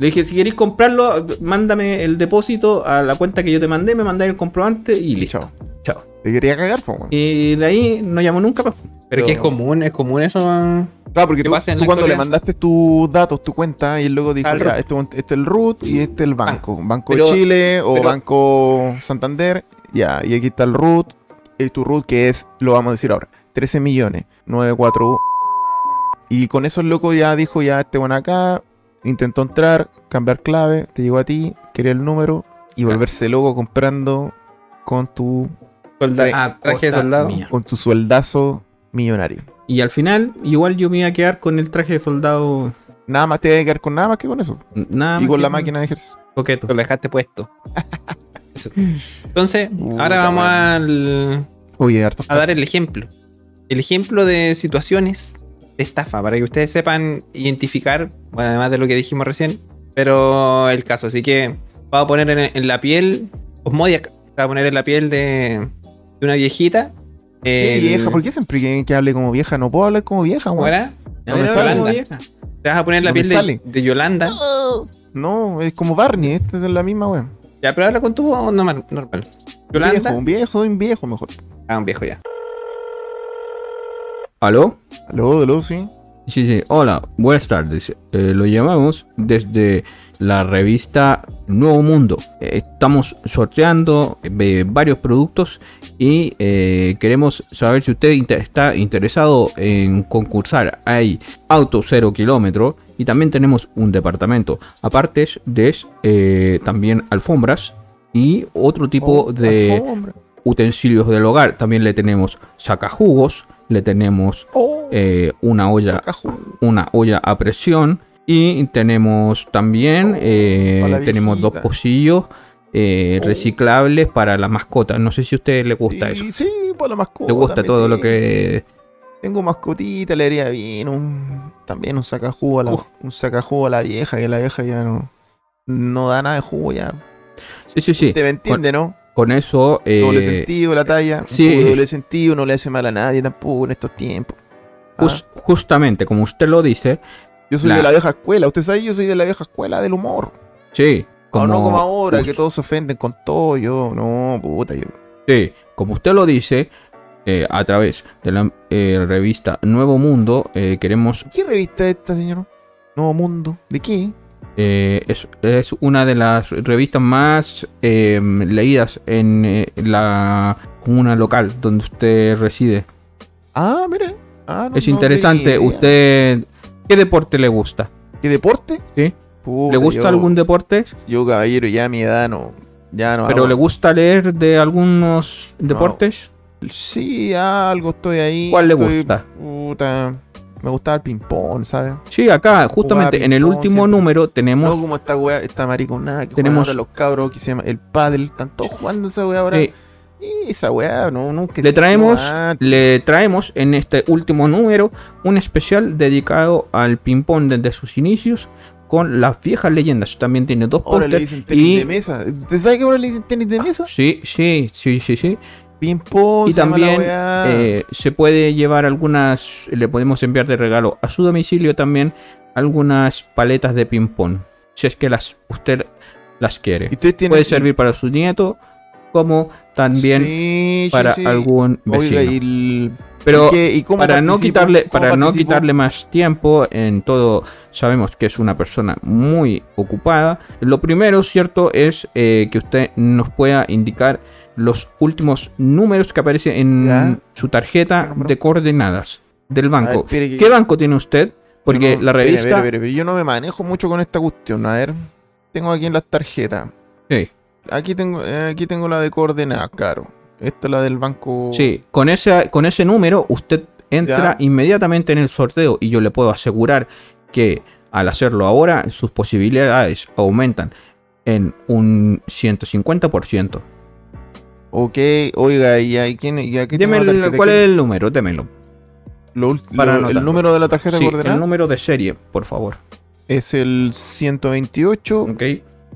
Le dije, si queréis comprarlo, mándame el depósito a la cuenta que yo te mandé, me mandáis el comprobante y listo.
Chao.
Chao.
Te quería cagar, po, weón.
Y de ahí no llamó nunca. pa.
Pero que es común, es común eso.
Claro, porque
¿Qué
tú,
pasa en
tú
la
cuando le
actualidad?
mandaste tus datos, tu cuenta, y él luego dijo,
Al
ya, este, este es el root y este es el banco. Banco
Pero-
de Chile o
pero-
Banco Santander, ya, y aquí está el root, y tu root que es, lo vamos a decir ahora, 13 millones, 94 Y con eso el loco ya dijo, ya, este bueno acá, intentó entrar, cambiar clave, te llegó a ti, quería el número, y volverse loco comprando con tu,
Soldado,
Ah,
traje de
costa
soldado.
mía.
con tu sueldazo millonario.
Y al final, igual yo me iba a quedar con el traje de soldado.
Nada más te va a quedar con nada más que con eso.
Nada
y
más
con
que
la
un
máquina de ejercicio.
Coqueto.
Lo dejaste puesto.
Eso.
Entonces,
Puta,
ahora vamos
weón.
al,
Oye, hartos
a dar el ejemplo. El ejemplo de situaciones de estafa, para que ustedes sepan identificar, bueno, además de lo que dijimos recién, pero el caso. Así que va a poner en, en la piel, Osmodiac, va a poner en la piel de, de una viejita.
¿Qué
el-
vieja? ¿Por qué siempre quieren que hable como vieja? No puedo hablar como vieja,
¿Cómo
weón.
era? Eh,
A
No
ver,
me
ahora
sale.
como vieja.
Te vas a poner en la
No me
piel de,
sale.
de Yolanda.
No, es como Barney, esta es la misma, weón.
Ya, pero habla con tu voz normal. normal.
Un
Yolanda.
Viejo, un viejo, un viejo mejor.
Ah, un viejo ya.
¿Aló?
Aló, aló, sí.
Sí, sí. Hola, buenas tardes. Eh, lo llamamos desde la revista Nuevo Mundo. Eh, estamos sorteando eh, varios productos y eh, queremos saber si usted inter- está interesado en concursar. Hay auto cero kilómetro y también tenemos un departamento. Aparte de eh, también alfombras y otro tipo
Oh,
de
alfombra.
utensilios del hogar. También le tenemos sacajugos, le tenemos
Oh,
eh, una olla
saca jugo.
una olla a presión y tenemos también eh,
Oh, para la
tenemos dos
viejita.
pocillos eh,
Oh.
reciclables para las mascotas no sé si a ustedes les gusta eso
Sí, sí, para la mascota.
les gusta todo
metí.
lo que
Tengo mascotita, le haría bien. Un, también un sacajugo a la,
Uf.
un sacajugo a la vieja, que la vieja ya no. No da nada de jugo ya.
sí sí sí
Te me entiende, ¿no?
con eso eh,
Doble sentido la talla. un
sí.
poco de doble sentido no le hace mal a nadie tampoco en estos tiempos. Ah,
jus- justamente como usted lo dice
yo soy
la-
de la vieja escuela. Usted sabe, yo soy de la vieja escuela del humor.
sí
Como,
como,
Ah, no como ahora,
us-
que todos se ofenden con todo. Yo, no, puta, yo.
sí, como usted lo dice eh, a través de la eh, revista Nuevo Mundo eh, queremos
¿Qué revista es esta, señor? Nuevo Mundo. ¿De qué?
Eh, es, es una de las revistas más eh, leídas en eh, la comuna local donde usted reside.
Ah, mire. Ah, no,
es
no
interesante.
tenía idea.
¿Usted qué deporte le gusta?
¿Qué deporte?
Sí.
Puta,
¿Le gusta
yo-
algún deporte?
Yo, caballero, ya a mi edad no. Ya no.
¿Pero
hago-
le gusta leer de algunos deportes?
Sí, algo estoy ahí.
¿Cuál le
estoy-
gusta?
Puta. Me gustaba el ping-pong, ¿sabes?
Sí, acá, justamente
Jugar
en el
ping-pong
último
siempre.
número tenemos...
No, como esta weá, esta mariconada que
Tenemos-
tenemos ahora los cabros que se llama el pádel, están todos jugando esa weá ahora.
eh,
Y esa weá, no, nunca
le
existió
traemos,
antes.
le traemos en este último número un especial dedicado al ping-pong desde sus inicios con las viejas leyendas. También tiene dos
Ahora le
pósters
dicen tenis
y-
de mesa. ¿Usted sabe que ahora le dicen tenis de mesa?
Sí, sí, sí, sí, sí.
Ping pong,
y
se llama la
también
weá.
eh, se puede llevar algunas, le podemos enviar de regalo a su domicilio también algunas paletas de ping pong, si es que las usted las
Y
quiere.
ustedes tienen-
Puede servir para su nieto como también
Sí, sí,
para
sí.
algún vecino.
Oiga, y el-
Pero
¿y qué- y cómo
para no
participó?
quitarle
¿Cómo
para no
participó?
quitarle más tiempo en todo sabemos que es una persona muy ocupada lo primero cierto es eh, que usted nos pueda indicar los últimos números que aparecen en
Ya.
su
¿Qué
tarjeta
número?
de coordenadas del
A ver,
banco
espere que-
qué banco tiene usted porque
no,
la
espere,
revista
espere, espere, yo no me manejo mucho con esta cuestión. A ver, tengo aquí en las tarjetas.
Sí,
Aquí tengo, eh, aquí tengo la de coordenadas, claro. Esta es la del banco.
sí, con ese con ese número usted entra
Ya.
inmediatamente en el sorteo y yo le puedo asegurar que al hacerlo ahora sus posibilidades aumentan en un 150%.
Ok, oiga, ¿y a quién? ¿Y a qué tengo
Deme
la
el-
tarjeta?
cuál
¿Qué-
es el número, démelo.
lo ult-
para
lo-
anotarlo?
el número de la tarjeta
Sí, el
coordenada
número de serie, por favor.
es el 128
Ok,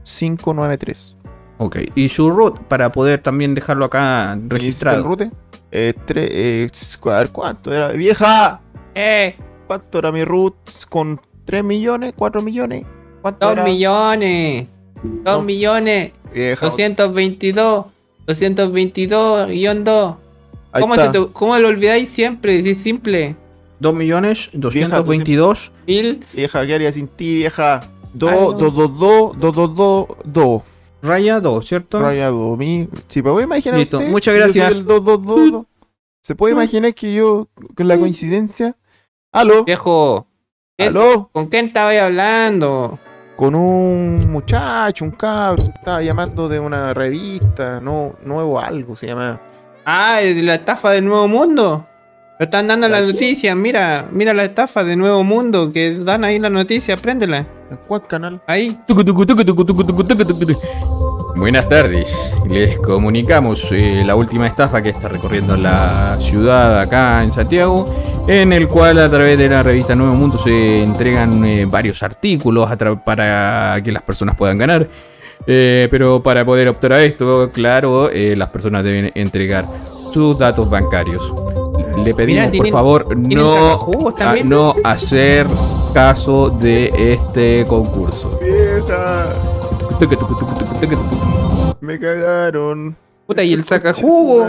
593.
ok. Ok. Y su root, para poder también dejarlo acá
¿El
registrado.
rute? Eh, tres, eh, cuadra- ¿Cuánto era? ¡Vieja!
¡Eh!
¿Cuánto era mi root? ¿Con 3 millones? ¿4 millones? ¿Cuánto
¡Dos
era?
millones! ¡Dos
No.
millones!
Vieja,
222, 222, guión 2.
ahí
¿Cómo, se
está.
te- cómo lo olvidáis siempre? Si es simple.
2.222.
Mil,
Vieja, ¿qué haría sin ti, vieja?
Ay, no.
2, 2, 2, 2, 2, 2, 2, 2.
Raya 2, ¿cierto?
Raya 2, mi. Si me voy a imaginar.
Listo,
usted
muchas
que yo
gracias. Mm.
soy el 2, 2, 2, 2. ¿Se puede imaginar que yo, con la coincidencia? ¡Aló!
viejo. ¿qué-
¡Aló!
¿Con quién estabais hablando?
Con un muchacho, un cabro, que estaba llamando de una revista, no, nuevo algo, se llama.
Ah, ¿el de la estafa del Nuevo Mundo. Lo están dando las noticias. Mira, mira la estafa del Nuevo Mundo que dan ahí la noticia. Préndela.
¿En cuál canal?
Ahí.
Tucu, tucu, tucu, tucu, tucu, tucu, tucu, tucu, tucu. Buenas tardes, les comunicamos eh, la última estafa que está recorriendo la ciudad acá en Santiago, en el cual a través de la revista Nuevo Mundo se entregan eh, varios artículos a tra- para que las personas puedan ganar. Eh, pero para poder optar a esto, claro, eh, las personas deben entregar sus datos bancarios. Le pedimos por
tienen-
favor
tienen
no,
sacajugos
a-
también.
no hacer caso de este concurso.
¡Vieja! Me cagaron.
Puta, y el sacajugo.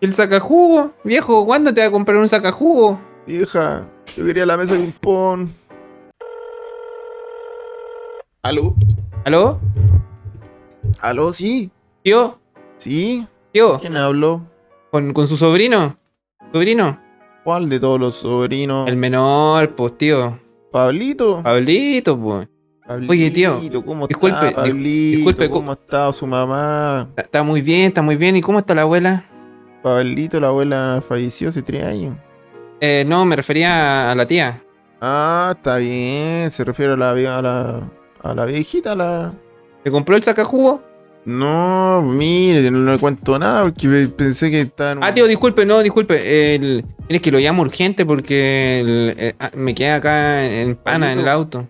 ¿Y el sacajugo? Viejo, ¿cuándo te va a comprar un sacajugo?
Vieja, yo quería la mesa de un pon. ¿Aló?
¿Aló?
¿Aló? ¿Sí?
¿Tío?
¿Sí?
¿Tío?
¿Quién habló?
¿Con, con su sobrino? ¿Sobrino?
¿Cuál de todos los sobrinos?
El menor, pues, tío.
¿Pablito?
Pablito, pues.
Pablito,
Oye, tío,
¿Cómo
disculpe, dis-
está Pablito?
disculpe, co-
¿Cómo está su mamá?
Está- Está muy bien, está muy bien. ¿Y cómo está la abuela?
Pablito, la abuela falleció hace tres años.
Eh, no, me refería a la tía.
Ah, está bien. Se refiere a la, vie- a la, a la viejita, a la...
¿Le compró el sacajugo?
No, mire, no le cuento nada porque pe- pensé que estaba en un-
Ah, tío, disculpe, no, disculpe. El, es que lo llamo urgente porque el- eh, ah, me quedé acá en, en pana, en el auto.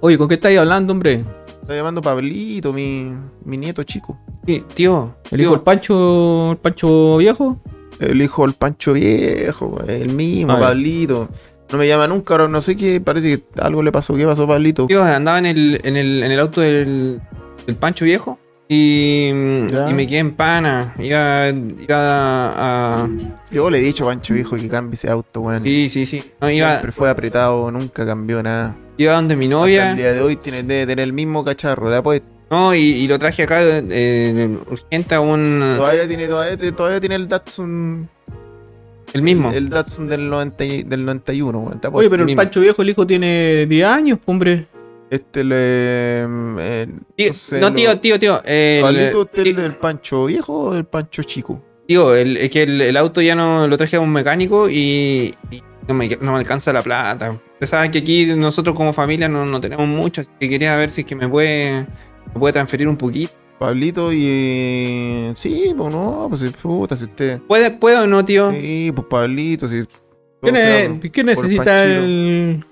Oye, ¿con qué estáis hablando, hombre?
Está llamando Pablito, mi, mi nieto chico.
Sí, tío,
¿El hijo
tío,
del Pancho, el Pancho viejo?
El hijo del Pancho Viejo, el mismo,
Ah, ya.
Pablito. No me llama nunca, ahora no sé qué, parece que algo le pasó. ¿Qué pasó, Pablito?
tío, andaba en el, en el, en el auto del, del Pancho Viejo y,
Ya.
y me quedé en pana. Iba, iba a, a-
Yo le he dicho a Pancho Viejo que cambie ese auto, weón.
Sí, sí, sí. No, iba,
Siempre fue apretado, nunca cambió nada.
iba donde mi
Hasta
novia.
el día de hoy tiene, debe tener el mismo cacharro, la apuesto.
No, y, y lo traje acá eh, urgente a un.
Todavía tiene, todavía, todavía tiene el Datsun.
El mismo.
El Datsun del, 90, y- del 91, weón. te apuesto.
Oye, pero el
mismo.
Pancho viejo, el hijo tiene 10 años, hombre.
Este le. eh,
Tío,
entonces
no,
lo-
tío, tío, tío. eh, el-
Pablito, ¿usted es
tío,
del Pancho viejo o del Pancho chico?
Tío, el, es que el, el auto ya no lo traje a un mecánico y, y no, me, no me alcanza la plata. Ustedes saben que aquí nosotros como familia no, no tenemos mucho, así que quería ver si es que me puede, me puede transferir un poquito.
Pablito y. eh, sí, pues no, pues eh, puta, si usted.
¿Puede, ¿Puedo o no, tío?
Sí, pues Pablito, si.
¿Qué,
todo
ne-
sea por
qué necesita
Panchito.
el,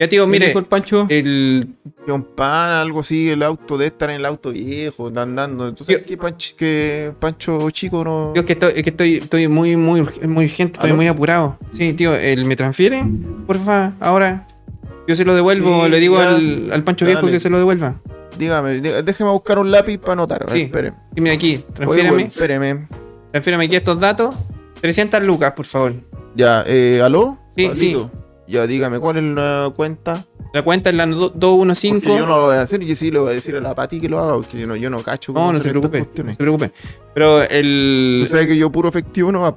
Ya, tío,
el
mire,
hijo del Pancho?
el,
Que un pan, algo así, el auto de estar en el auto viejo, andando. Entonces,
Yo-
¿qué Pancho, que Pancho chico no.
tío, es que estoy, es que estoy, estoy muy, muy, urg- muy urgente, estoy
¿Aló?
muy apurado. Sí, tío, el, ¿me transfiere? Porfa, ahora. Yo se lo devuelvo,
Sí,
le digo
ya.
al, al Pancho Viejo
Dale.
que se lo devuelva.
Dígame, dé- déjeme buscar un lápiz para anotar. A ver,
Sí.
espéreme.
Sí, mira aquí,
Oye,
transfírame,
güey, espéreme.
transfírame aquí estos datos. 300 lucas, por favor.
Ya, eh, ¿aló?
Sí,
Ya, dígame, ¿cuál es la cuenta?
La cuenta es la do-
Porque
215.
yo no lo voy a hacer, yo sí le voy a decir a la Pati que lo haga, porque yo no, yo no cacho.
No,
cómo
no se
hacer estas
preocupe. No
cuestiones.
se preocupe. Pero el.
Tú sabes que yo puro efectivo no va.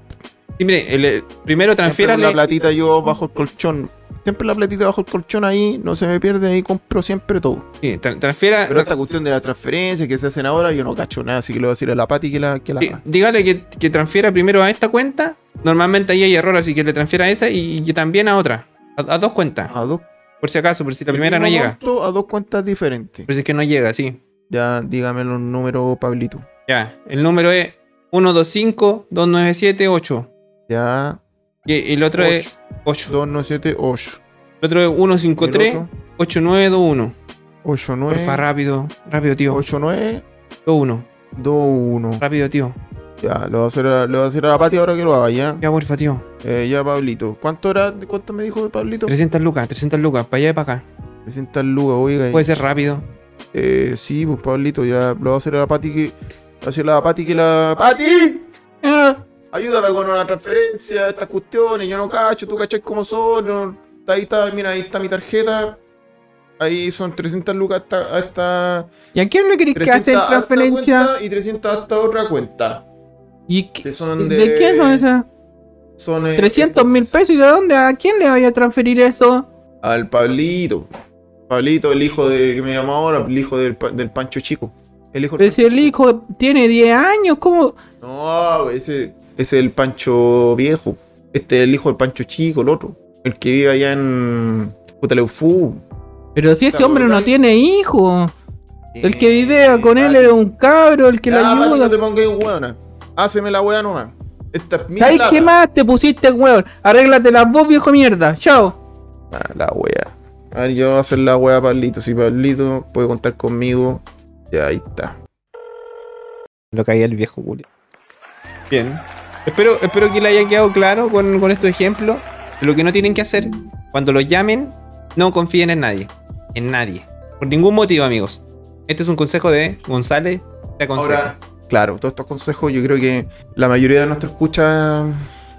sí, mire, el- el- primero
Siempre con la
transfiérale.
platita yo bajo el colchón. Siempre la platita bajo el colchón ahí, no se me pierde, ahí compro siempre todo.
sí, tra- transfiera.
Pero esta cuestión de las transferencias que se hacen ahora, yo no cacho nada, así que le voy a decir a la Pati que la, que la
sí,
haga.
dígale que, que transfiera primero a esta cuenta. Normalmente ahí hay error, así que le transfiera a esa y, y también a otra. A, a dos cuentas.
A dos,
Por si acaso, por si la primera
Ah. el
no
mismo
llega.
monto A dos cuentas diferentes.
Por si es que no llega, sí.
Ya, dígame los números, Pablito.
Ya. El número es 125-2978.
Ya,
Y, y el otro
Ocho.
es 8.
2978.
El otro es 153-8921.
89.
Pues, Porfa, rápido. Rápido, tío.
89.
21.
2-1.
Rápido, tío.
Ya, lo voy a hacer a, lo voy a, hacer a la patio ahora que lo haga, ya.
Ya, porfa, tío.
Eh, ya, Pablito. ¿Cuánto era? ¿Cuánto me dijo Pablito?
300 lucas, 300 lucas, para allá y para acá.
300 lucas, oiga. y-
Puede ser rápido.
Eh, sí, pues Pablito, ya lo va a hacer a la Pati que. va a hacer a la Pati que la. ¡Pati!
Ah.
Ayúdame con una transferencia, estas cuestiones, yo no cacho, tú cachas cómo son. no- Ahí está, mira, ahí está mi tarjeta. Ahí son 300 lucas hasta. hasta
¿Y a quién le queréis que
300
hacer
a esta
transferencia?
cuenta y 300 hasta otra cuenta.
¿Y qué-
Que
de...
son
quién son esas?
Son, eh,
300 mil
pues,
pesos. ¿Y de dónde? ¿A quién le vaya a transferir eso?
Al Pablito. Pablito, el hijo de que me llamó ahora, el hijo del, pa- del Pancho Chico. El hijo del
Pero si
Pancho
el
Chico.
hijo tiene 10 años, ¿cómo?
No, güey, ese ese es el Pancho viejo. Este es el hijo del Pancho chico, el otro. El que vive allá en Putaleufú.
Pero si ese
Claro,
hombre no
dale.
tiene hijo. El que vive con él es
es
un cabro, el que le
Ah, no te
ayuda.
pongas en hueona. Háceme la hueá nomás. Esta es mi
¿Sabes
plata.
qué más te pusiste, weón? Arréglate las vos, viejo mierda. Chao.
Ah, la hueá. A ver, yo voy a hacer la hueá a Pablito. Si Pablito puede contar conmigo, ya ahí está.
Lo caía el viejo Julio. Bien. Espero, espero que le haya quedado claro con, con estos ejemplos. Lo que no tienen que hacer, cuando los llamen, no confíen en nadie. En nadie. Por ningún motivo, amigos. Este es un consejo de González. Te aconseja.
Ahora, claro, todos estos consejos yo creo que la mayoría de nuestros escuchas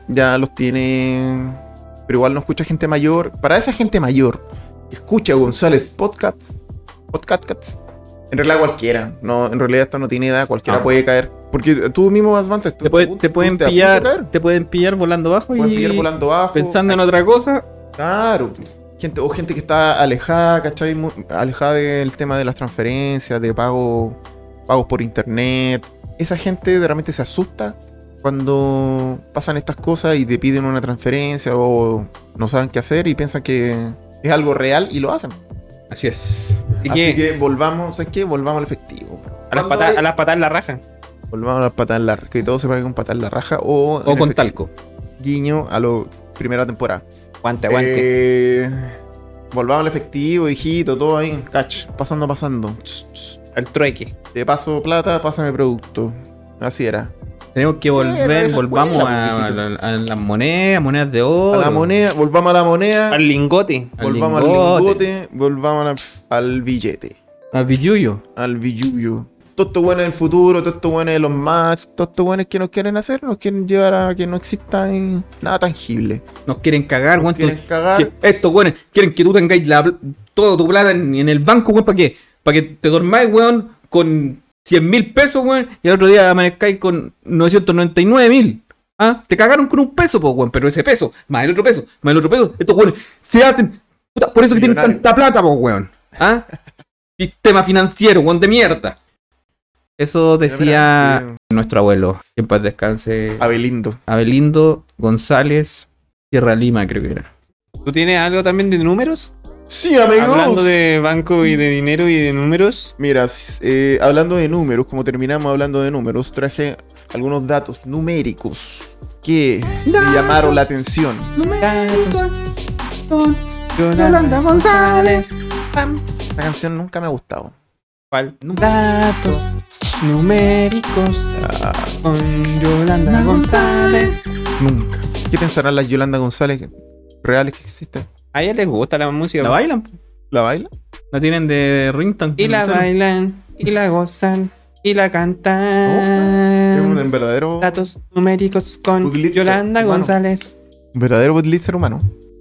ya los tiene, pero igual no escucha gente mayor. Para esa gente mayor, que escucha González Podcast, Podcast Cats, en realidad cualquiera, no, en realidad esto no tiene edad, cualquiera
Ah.
puede caer. Porque tú mismo, Advances, tú
Te, puede-
tú-
te
tú
pueden
te apuntas a
pillar,
caer.
te pueden pillar volando bajo
Pueden
y
pillar volando bajo.
pensando en otra cosa.
Claro. Gente, o gente que está alejada, ¿cachai? Mu- Alejada del tema de las transferencias, de pago, pagos por internet. Esa gente de repente se asusta cuando pasan estas cosas y te piden una transferencia o no saben qué hacer y piensan que es algo real y lo hacen.
Así es.
Así que,
Así que volvamos, ¿sabes qué? Volvamos al efectivo.
a, las
Cuando
patas,
hay-
a las patas en la raja.
Volvamos a las patas en la raja. Que todo se pague con patas en la raja o,
O
en
con
efectivo.
talco.
Guiño a la primera temporada.
Aguante, aguante.
Eh, volvamos al efectivo, hijito, todo ahí. Cach, pasando, pasando. Ch, ch.
Al trueque.
Te paso plata, pásame producto. Así era.
Tenemos que
Sí, la
volver,
vieja
volvamos a,
escuela, pues,
a- a las monedas, monedas de
A
oro.
la moneda, volvamos a la moneda,
Al lingote.
al
volvamos al lingote, volvamos a la- al billete,
A Villuyo.
al billuyo. Todos estos buenos del futuro, todos estos buenos de los más, todos estos buenos que nos quieren hacer, nos quieren llevar a que no exista eh, nada tangible.
Nos quieren cagar, weón.
Quieren
Que-
cagar.
Estos weones quieren que tú tengáis la, pl- todo tu plata en, en el banco, weón, ¿para qué? Para que te dormáis, weón, con 100 mil pesos, weón, y al otro día amanezcáis con 999 mil. ¿Ah? Te cagaron con un peso, po, weón, pero ese peso, más el otro peso, más el otro peso, estos weones se hacen. puta, por eso que tienen
Millonarios.
tanta plata, po, weón. ¿Ah? Sistema financiero, weón, de mierda. Eso decía
Eh,
Nuestro abuelo. Que en paz descanse.
Abelindo.
Abelindo González Sierra Lima, creo que era.
¿Tú tienes algo también de números?
Sí, amigos.
Hablando de banco y de dinero y de números.
Mira, s- eh, hablando de números, como terminamos hablando de números, traje algunos datos numéricos que me llamaron la atención.
Yolanda González.
Esta canción nunca me ha gustado.
¿Cuál?
Nunca.
Datos numéricos con Yolanda González.
Nunca. ¿Qué pensarán las Yolanda González reales que existen?
A ella les gusta la música.
La bailan, po.
¿La baila?
la tienen de ringtone.
y la
no sé.
bailan, y la gozan, y la
Oh, Es un
cantan.
en verdadero,
Datos numéricos con
Puglitzer,
Yolanda
hermano.
González.
un verdadero bootlister humano.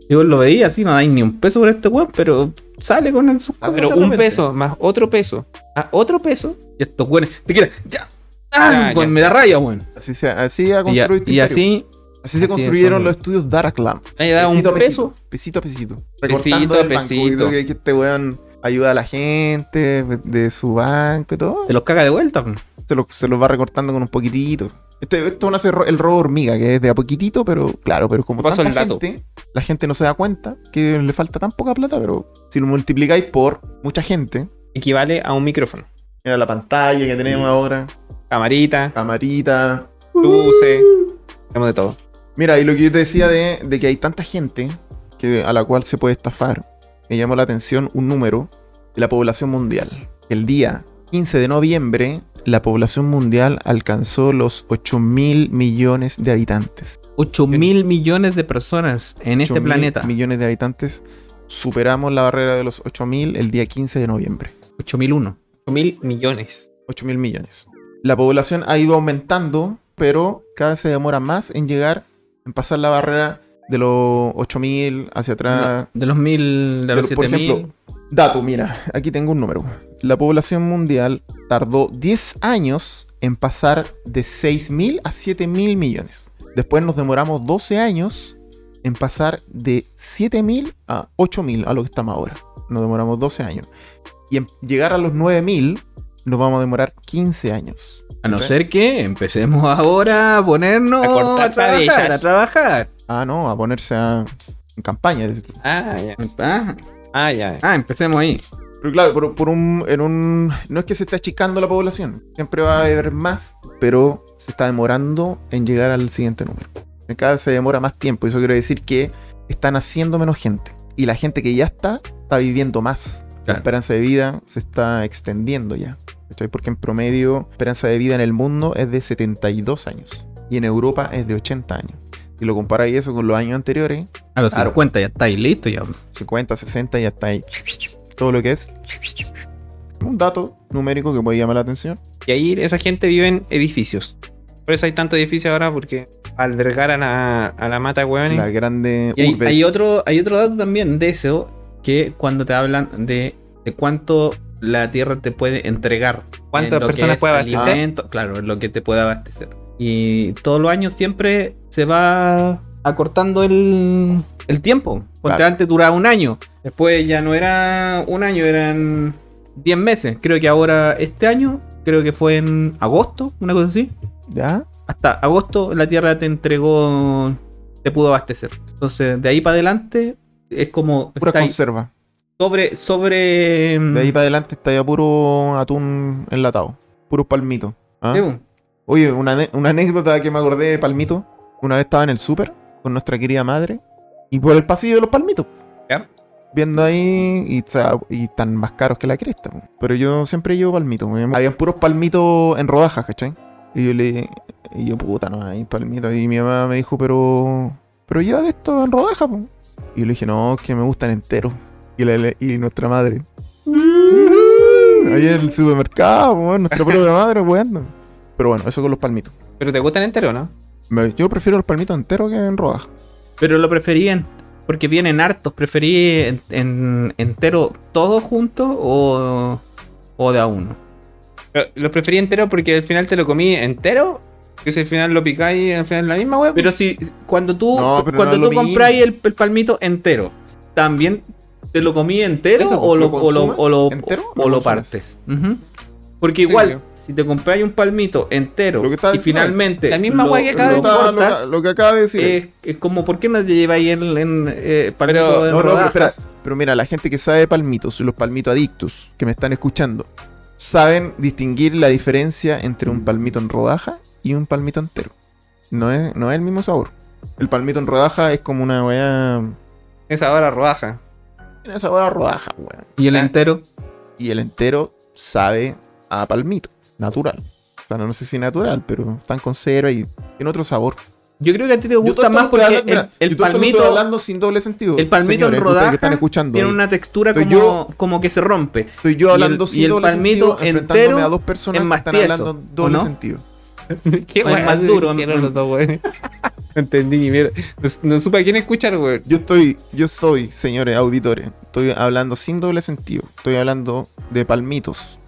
Y vos lo veías así, no dais ni un peso por este weón, pero sale con el sus
Ah,
Pero
cosas de
un
repente.
peso más otro peso. A otro peso.
Y estos weones, te quieres, ya. Ah,
Ya,
weón,
ya.
me da raya, weón.
Así se, así ha
Y, a-
construido este
y
imperio.
así,
Así se construyeron
es,
los estudios Darkland.
Le da un
Pesito a
peso.
Pesito a pesito.
Pesito
Recortando
a
el banco. ¿Y
pesito.
tú crees que este weón ayuda a la gente de su banco y todo?
te los caga de vuelta. weón.
se los se lo va recortando con un poquitito. Este, esto nace ro- el robo hormiga, que es de a poquitito, pero claro, pero como
Paso
tanta
el dato.
gente, la gente no se da cuenta que le falta tan poca plata, pero si lo multiplicáis por mucha gente,
Equivale a un micrófono.
mira la pantalla que tenemos ahora,
Camarita,
camarita.
luces. Tenemos de todo.
Mira, y lo que yo te decía de, de que hay tanta gente que, a la cual se puede estafar, me llamó la atención un número de la población mundial. El día 15 de noviembre, la población mundial alcanzó los 8 mil millones de habitantes.
8 mil millones de personas en este
8.000
planeta.
Millones de habitantes. Superamos la barrera de los 8 mil el día 15 de noviembre.
8001.
mil millones.
8 mil millones. La población ha ido aumentando, pero cada vez se demora más en llegar, en pasar la barrera de los 8 mil hacia atrás.
No, de los mil, de,
De
los
lo- Ah. por
7000.
ejemplo, dato, mira, aquí tengo un número. La población mundial tardó 10 años en pasar de 6.000 a 7.000 millones. Después nos demoramos 12 años en pasar de 7.000 a 8.000, a lo que estamos ahora. Nos demoramos 12 años. Y en llegar a los 9.000 nos vamos a demorar 15 años.
A no
Ok.
ser que empecemos ahora a ponernos
A
a,
cortar
trabajar, a
cabezas.
trabajar.
Ah, no, a ponerse a, en campaña.
Ah, ya.
Ah,
Ah, ya.
ah, empecemos ahí.
Pero claro, por, por un, en un. No es que se esté achicando la población. Siempre va a haber más, pero se está demorando en llegar al siguiente número. Cada vez se demora más tiempo. y Eso quiere decir que están haciendo menos gente. Y la gente que ya está, está viviendo más. La
Claro.
esperanza de vida se está extendiendo ya. ¿cachai? Porque en promedio, esperanza de vida en el mundo es de 72 años. Y en Europa es de 80 años. Si lo comparáis eso con los años anteriores,
A los
Claro.
50 ya está ahí listo ya.
50, 60 y hasta ahí. Todo lo que es. Un dato numérico que puede llamar la atención.
Y ahí esa gente vive en edificios. Por eso hay tantos edificios ahora, porque albergar a la, a la mata, weón.
La grande
Y hay,
urbes.
hay otro, hay otro dato también de eso, que cuando te hablan de, de cuánto la Tierra te puede entregar.
¿Cuántas
en lo que
personas
es
puede abastecer?
alimento, claro, en lo que te puede abastecer. Y todos los años siempre se va acortando el, el tiempo. Porque
Claro.
antes duraba un año. Después ya no era un año, eran 10 meses. Creo que ahora este año, creo que fue en agosto, una cosa así
¿Ya?
hasta agosto la Tierra te entregó, te pudo abastecer. Entonces, de ahí para adelante es como
Pura
estáis
conserva.
sobre sobre
De ahí para adelante está ya puro atún enlatado. Puros palmitos. ¿ah?
mm, Sí, bu.
Oye, una, ane- una anécdota que me acordé de palmito. Una vez estaba en el súper con nuestra querida madre. Y por el pasillo de los palmitos.
Ya.
Viendo ahí y, sa- y están más caros que la cresta. po. Pero yo siempre llevo palmitos. me- Habían puros palmitos en rodajas, ¿cachai? Y yo le y yo, puta, no hay palmitos. Y mi mamá me dijo, pero. Pero lleva de esto en rodajas, po. Y yo le dije, no, es que me gustan enteros. Y, la- la- y nuestra madre. Ahí en el supermercado, po, nuestra propia madre, weando. Pero bueno, eso con los palmitos.
Pero te gustan entero, ¿no?
Me- Yo prefiero los palmitos enteros que en rodajas.
pero lo preferían porque vienen hartos, preferí en, en- entero todos juntos o, o de a uno.
Pero lo preferí entero porque al final te lo comí entero. Que si al final lo picáis, al final es la misma, weón. pues,
Pero si cuando tú
No, pero
cuando
no es
tú
lo
compras
mismo.
el, el palmito entero, también te lo comí entero
Eso,
o, lo,
¿lo
o lo- o lo-
consumes entero o
o
lo consumes?
lo partes. Ujú. Porque igual, si te compras un palmito entero
Lo que estaba
y
diciendo,
finalmente
la misma
lo,
hueá que acaba
lo
de-
Lo que estaba- lo,
cortas,
que- lo que acaba de decir.
es, es como ¿por qué no te lleváis el en, eh, palmito
Pero-
en
no, no, pero
rodajas?
espera. Pero mira, la gente que sabe de palmitos, los palmito adictos que me están escuchando, saben distinguir la diferencia entre un palmito en rodaja y un palmito entero. No es, no es el mismo sabor. El palmito en rodaja es como una weá.
Es ahora rodaja.
Tiene sabor a rodaja, weón.
y el
Ah.
entero
Y el entero sabe a palmito, natural. O sea, no sé si natural, pero están con cera y tiene otro sabor.
yo creo que a ti te
Yo
gusta
todo
más
esto lo
porque
estoy hablando-
el,
mira,
el
yo todo esto lo estoy
palmito
hablando sin doble sentido.
el palmito
señores,
en
ustedes que
rodaja
están escuchando,
tiene
y
una textura
estoy
como,
yo-
como que se rompe
Estoy yo
y
hablando
el- y
sin
el
doble
palmito
sentido, enfrentándome
entero
a dos personas
es
que
más
están
tieso,
hablando
¿o
doble
no?
sentido.
Qué
Es más duro,
dijeron
mm.
los dos, weón. No entendí ni mierda. No, no supe a quién escuchar, weón.
Yo estoy, yo soy, señores auditores, estoy hablando sin doble sentido. Estoy hablando de palmitos.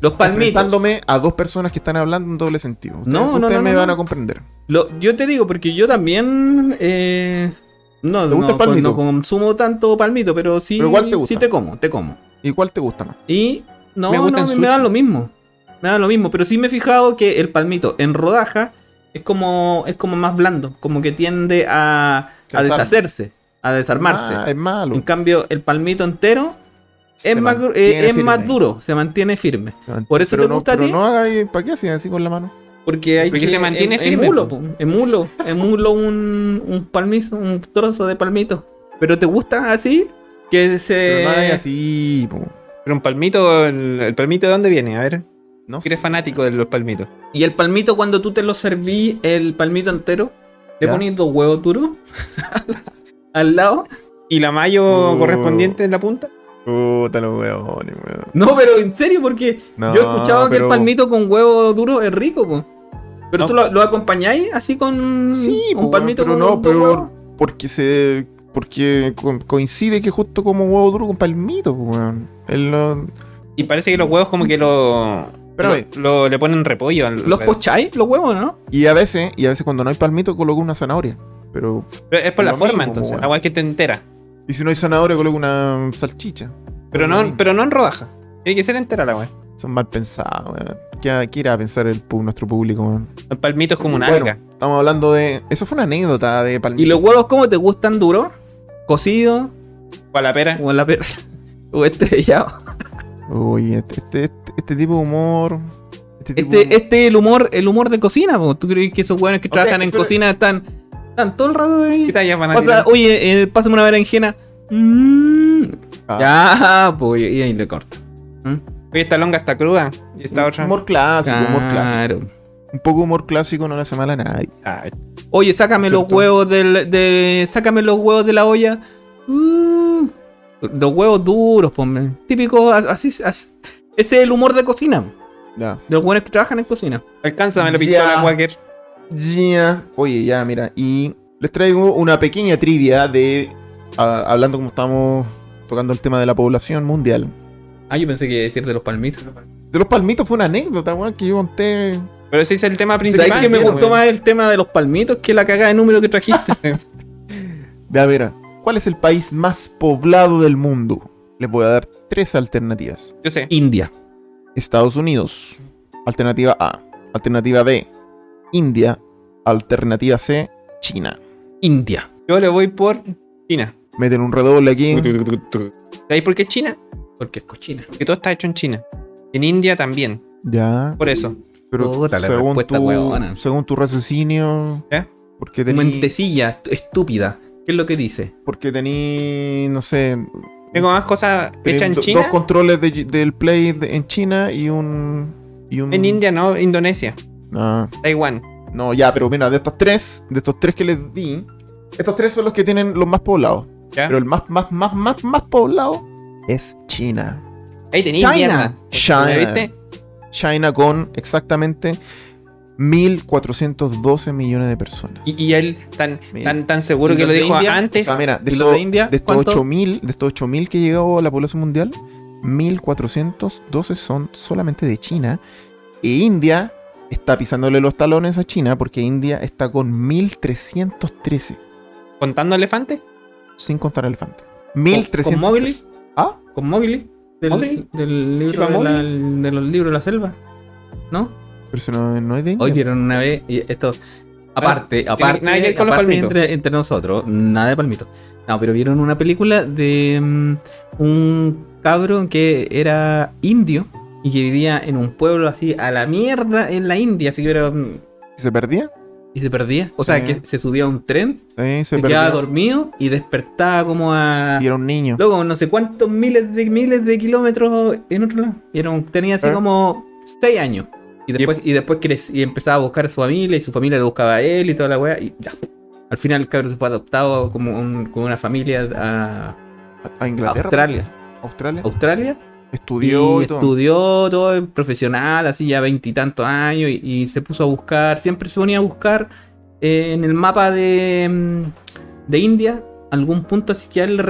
Los palmitos.
Enfrentándome a dos personas que están hablando en doble sentido. Ustedes,
No, no,
ustedes
no,
me
no,
van
no.
a comprender.
Lo- yo te digo porque yo también eh, no,
¿Te gusta
no,
el palmito?
no consumo tanto palmito, pero sí,
Pero igual te gusta.
sí te como, te como.
¿Y cuál te gusta más?
Y no,
Me
no,
gusta
me,
el
me dan
sushi.
lo mismo. Me dan lo mismo, pero sí me he fijado que el palmito en rodaja es como es como más blando, como que tiende a, a
Desarme.
deshacerse, a desarmarse.
Ah, es malo.
en cambio, el palmito entero
Se
es más, gru-
mantiene
eh, es más
firme.
duro, se mantiene firme.
Se mantiene-
¿Por eso
pero
te
no-
gusta a
pero
ti?
no haga ¿Para qué así, así con la mano?
Porque hay
Porque se mantiene
em-
firme,
Emulo,
po.
po, emulo, emulo un, un palmizo, un trozo de palmito. Pero te gusta así que se. Eh.
Pero no haga así. po.
Pero un palmito, el, el palmito de dónde viene, a ver.
No
Eres
sé.
fanático de los palmitos.
Y el palmito, cuando tú te lo serví, el palmito entero, le
Ya.
pones dos huevos duros al lado.
¿Y la mayo
Uh.
correspondiente en la punta?
Puta los huevones, weón.
No, pero en serio, porque
No,
yo he escuchado que
pero-
el palmito con huevo duro es rico, po. Pero
No.
tú lo, lo acompañáis así con
Sí,
un
po,
palmito
pero
con
no,
dos
pero
huevos.
porque se. Porque co- coincide que justo como huevo duro con palmito, weón. El, lo-
Y parece que los huevos como que lo...
Pero,
lo- lo- le ponen repollo. al-
¿Los
al-
pocháis? ¿Los huevos, no?
y a veces, y a veces cuando no hay palmito, coloco una zanahoria. Pero.
Pero es por la
Lo
forma
mismo,
entonces,
weón.
la weá que te entera.
Y si no hay zanahoria, coloco una salchicha.
Pero
Lo
no,
mismo.
pero no en rodaja. Tiene que ser entera la weá.
Son mal pensados, weón. ¿Qué, qué irá a pensar el, pu- nuestro público, weón?
El palmito es como una
Bueno,
alga.
estamos hablando de. Eso fue una anécdota de palmito.
¿Y los huevos cómo te gustan duros? ¿Cocidos?
O a la pera.
¿O en la este perra? ¿O estrellados?
Oye, este, este, este- este tipo de humor. Este tipo de
Este,
humor-
este es el humor, el humor de cocina, po. ¿Tú crees que esos hueones que
Ok,
trabajan en
pero-
cocina están, están todo el rato ahí?
¿Qué tallas van a
Pasa,
tirar?
oye, eh, pásame una berenjena. Mm.
este,
Ya, pues, y ahí le corto.
Oye, esta longa está cruda. Y esta otra...
humor clásico, humor clásico.
Claro.
Un poco de humor clásico no le hace mal a nadie.
Ah,
Oye, sácame los
¿Cierto?
huevos del, de, sácame los huevos de la olla. Mm. Los huevos duros, ponme. Típico, as- así, as- ese es el humor de cocina.
Ya.
De los buenos que trabajan en cocina.
Alcánzame la
Ya.
pistola, Wacker.
Ya. Oye, ya, mira. Y les traigo una pequeña trivia de. ah, hablando como estamos tocando el tema de la población mundial.
Ah, yo pensé que iba a decir de los palmitos.
De los palmitos fue una anécdota, weón, que yo conté.
Pero ese es el tema principal.
¿Sabes que me
mira,
gustó
weón.
más el tema de los palmitos que la cagada de número que trajiste?
Ya, mira. ¿Cuál es el país más poblado del mundo? Les voy a dar tres alternativas.
Yo sé.
India.
Estados Unidos. Alternativa A. Alternativa B. India. Alternativa C. China.
India.
Yo le voy por China.
Meten un redoble aquí.
¿Sabéis por qué China?
Porque es cochina.
Porque todo está hecho en China. En India también.
Ya.
Por eso.
Pero
Puta, la
según,
respuesta huevona.
tu, según tu raciocinio.
¿Eh?
Porque tení,
Mentecilla, estúpida. ¿Qué es lo que dice?
porque tení, no sé,
Tengo más cosas
tení
hechas en
do-
China.
dos controles de- del Play de- en China y un... Y un
En India, no. Indonesia.
Ah,
Taiwán.
no, ya, pero mira, de estos tres, de estos tres que les di, estos tres son los que tienen los más poblados.
¿Ya?
Pero el más, más, más, más, más poblado es China.
Ahí tenéis
China.
mierda.
China.
¿Ya ¿Viste?
China con exactamente 1.412 millones de personas.
Y, y él tan,
Mira. Ah.
tan, tan seguro
¿Y
que
los
lo
de
dijo
India?
O
antes.
sea, mira, de
¿Y los de
estos,
India?
de estos
¿Cuánto?
8.000 de estos 8.000 que llegó a la población mundial, 1.412 son solamente de China. E India está pisándole los talones a China porque India está con 1.313,
¿Contando elefante?
sin contar elefantes.
¿Con- ¿Con
1.300.
Mowgli?
¿Ah?
¿Con Mowgli?
¿Mowgli?
¿Del, del libro
¿Chiva
de, la- de los libros de la selva? ¿No?
Pero eso no, no es de India.
Hoy vieron una vez y esto... Aparte,
tiene
aparte,
nada que ver con los
aparte
palmitos.
entre, entre nosotros, nada de palmito. No, pero vieron una película de mm, un cabrón que era indio y que vivía en un pueblo así a la mierda en la India, así que era... mm,
¿Se perdía?
Y se perdía. O sea,
Sí.
que se subía a un tren,
Sí, se
se quedaba
perdía.
dormido y despertaba como a...
Y era un niño.
Luego, no sé cuántos miles de miles de kilómetros en otro lado. Y era un- tenía así
¿Eh?
como 6 años. Y después, y después crec- y empezaba a buscar a su familia y su familia lo buscaba a él y toda la weá. Y ya. Al final el cabrón se fue adoptado como un- con una familia a
A- A Inglaterra.
Australia.
parece. Australia.
Australia.
Estudió
y
y, todo.
estudió todo en profesional, así ya veintitantos años. Y, y se puso a buscar, siempre se ponía a buscar eh, en el mapa de, mm, de India algún punto así que a él le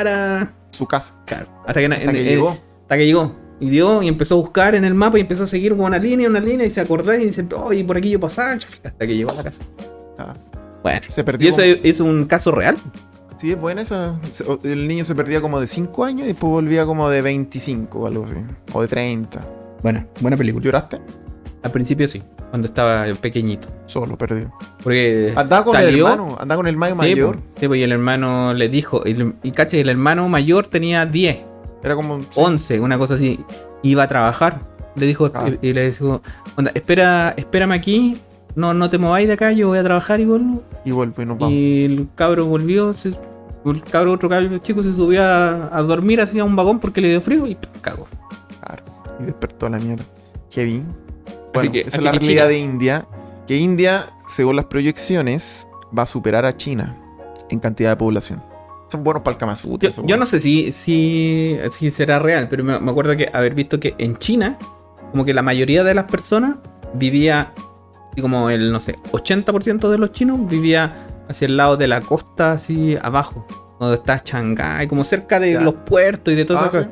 recordara.
Su casa.
Hasta que, na-
Hasta
en-
que
eh,
llegó.
hasta que llegó. Y dio y empezó a buscar en el mapa y empezó a seguir con una línea, una línea y se acordó y dice, oye, por aquí yo pasaba, hasta que llegó a la casa.
Ah.
Bueno.
Se perdió.
¿Y eso
como-
es, es un caso real?
Sí, es buena esa. Se- o- El niño se perdía como de 5 años y después volvía como de 25 o algo así. O de 30.
Bueno, buena película.
¿Lloraste?
Al principio sí, cuando estaba pequeñito.
Solo, perdido.
Porque
Andaba con el
Eh, salió-
hermano, andaba con el mayo
Sí,
mayor.
po, sí, po, y el hermano le dijo, y, le- y caché, el hermano mayor tenía 10,
Era como. sí,
11, una cosa así. Iba a trabajar. Le dijo,
Ah.
y, y le dijo, onda, espera, espérame aquí, no, no te mováis de acá, yo voy a trabajar y vuelvo.
Y vuelve y nos vamos.
Y el cabro volvió, se- el cabro, otro cabro chico se subió a, a dormir así a un vagón porque le dio frío y ¡pum! cagó.
Claro. Y despertó a la mierda. Kevin. Bueno,
que- así
esa es la
que China.
realidad de India. Que India, según las proyecciones, va a superar a China en cantidad de población. Son buenos para el Kama Sutra,
Yo,
eso,
yo
bueno.
no sé si, si, si será real, pero me, me acuerdo que haber visto que en China, como que la mayoría de las personas vivía, así como el, no sé, 80% de los chinos vivía hacia el lado de la costa, así abajo, donde está Shanghái, como cerca de
Ya.
los puertos y de todo
Ah,
eso.
sí.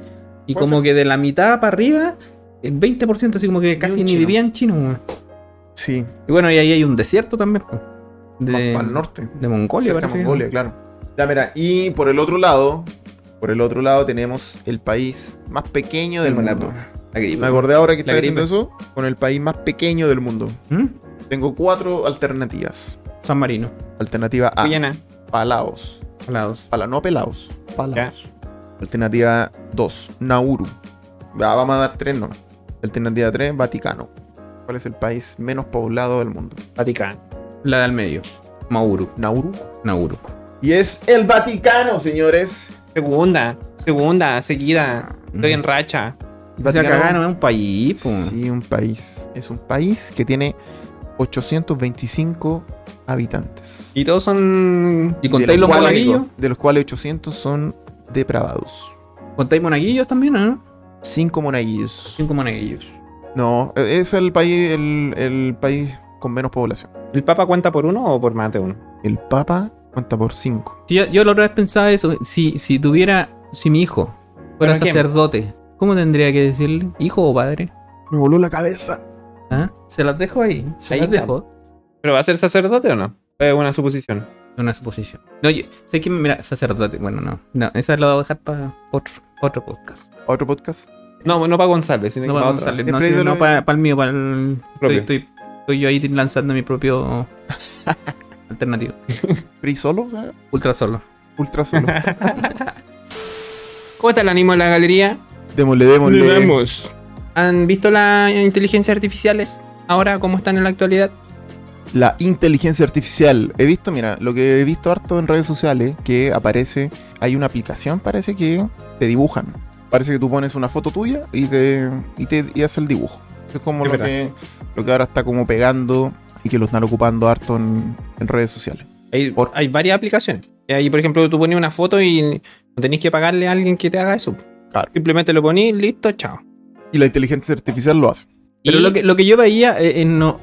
Y
puede
como
ser.
que de la mitad para arriba, el 20%, así como que
un
casi ni
chino.
vivían chinos. weón.
Sí,
Y bueno, y ahí hay un desierto también, pues,
más
de,
para el norte.
de Mongolia,
cerca
parece.
de Mongolia, claro. Ya, mira, y por el otro lado, por el otro lado tenemos el país más pequeño del
La-
mundo.
la gripe.
Me acordé ahora que
La
está diciendo
gripe.
eso, con el país más pequeño del mundo.
¿Mm?
Tengo cuatro alternativas.
San Marino,
Alternativa A,
Guyana.
Palaos.
al lado.
Pala, no Pelaos, Palaos. Alternativa 2, Nauru. Ya, vamos a dar tres nomás. Alternativa 3, Vaticano. ¿Cuál es el país menos poblado del mundo?
Vaticano.
La del medio. Mauru.
Nauru.
Nauru.
Y es el Vaticano, señores.
Segunda, segunda, seguida. Estoy
Mm.
en racha.
El
O sea,
Vaticano-
cagaron en un país, po.
Sí, un país. Es un país que tiene 825 habitantes.
Y todos son.
Y
de
contáis los
cuales-
monaguillos.
De los cuales 800 son depravados.
Contáis monaguillos también, ¿o ¿no?
Cinco monaguillos.
Cinco monaguillos.
No, eh, es el país, el, el país con menos población.
¿El Papa cuenta por uno o por más de uno?
El Papa cuenta por 5.
Si yo, yo la otra vez pensaba eso. Si, si tuviera. Si mi hijo fuera
¿Pero quién?
sacerdote, ¿cómo tendría que decirle? ¿Hijo o padre?
Me voló la cabeza.
¿Ah? Se las dejo ahí. Se
Ahí
las
está.
dejo.
¿Pero va a ser sacerdote o no? Es una suposición.
Una suposición. No, oye, sé que. Mira, sacerdote. Bueno, no. No, esa la voy a dejar para otro, otro podcast.
Otro podcast.
No, no para González, sino
No
que
para
para otro.
González, no,
Siempre
sino
de lo-
no para, para el mío, para el. Estoy,
Propio.
estoy, estoy yo ahí lanzando mi propio. alternativo.
Free solo, o sea,
Ultra solo.
ultra solo.
¿Cómo está el ánimo en la galería?
démosle, démosle.
¿Han visto las inteligencias artificiales? Ahora, ¿cómo están en la actualidad?
La inteligencia artificial. He visto, mira, lo que he visto harto en redes sociales, que aparece, hay una aplicación, parece que te dibujan. Parece que tú pones una foto tuya y te, y te y hace el dibujo. Es como
Es
lo
verdad.
que, lo que ahora está como pegando y que lo están ocupando harto en, en redes sociales.
Hay,
Por-
hay varias aplicaciones. Ahí, por ejemplo, tú pones una foto y no tenés que pagarle a alguien que te haga eso.
Claro.
Simplemente lo ponís, listo, chao.
Y la inteligencia artificial lo hace.
Pero
Y-
lo, que, lo que yo veía, eh, eh, no,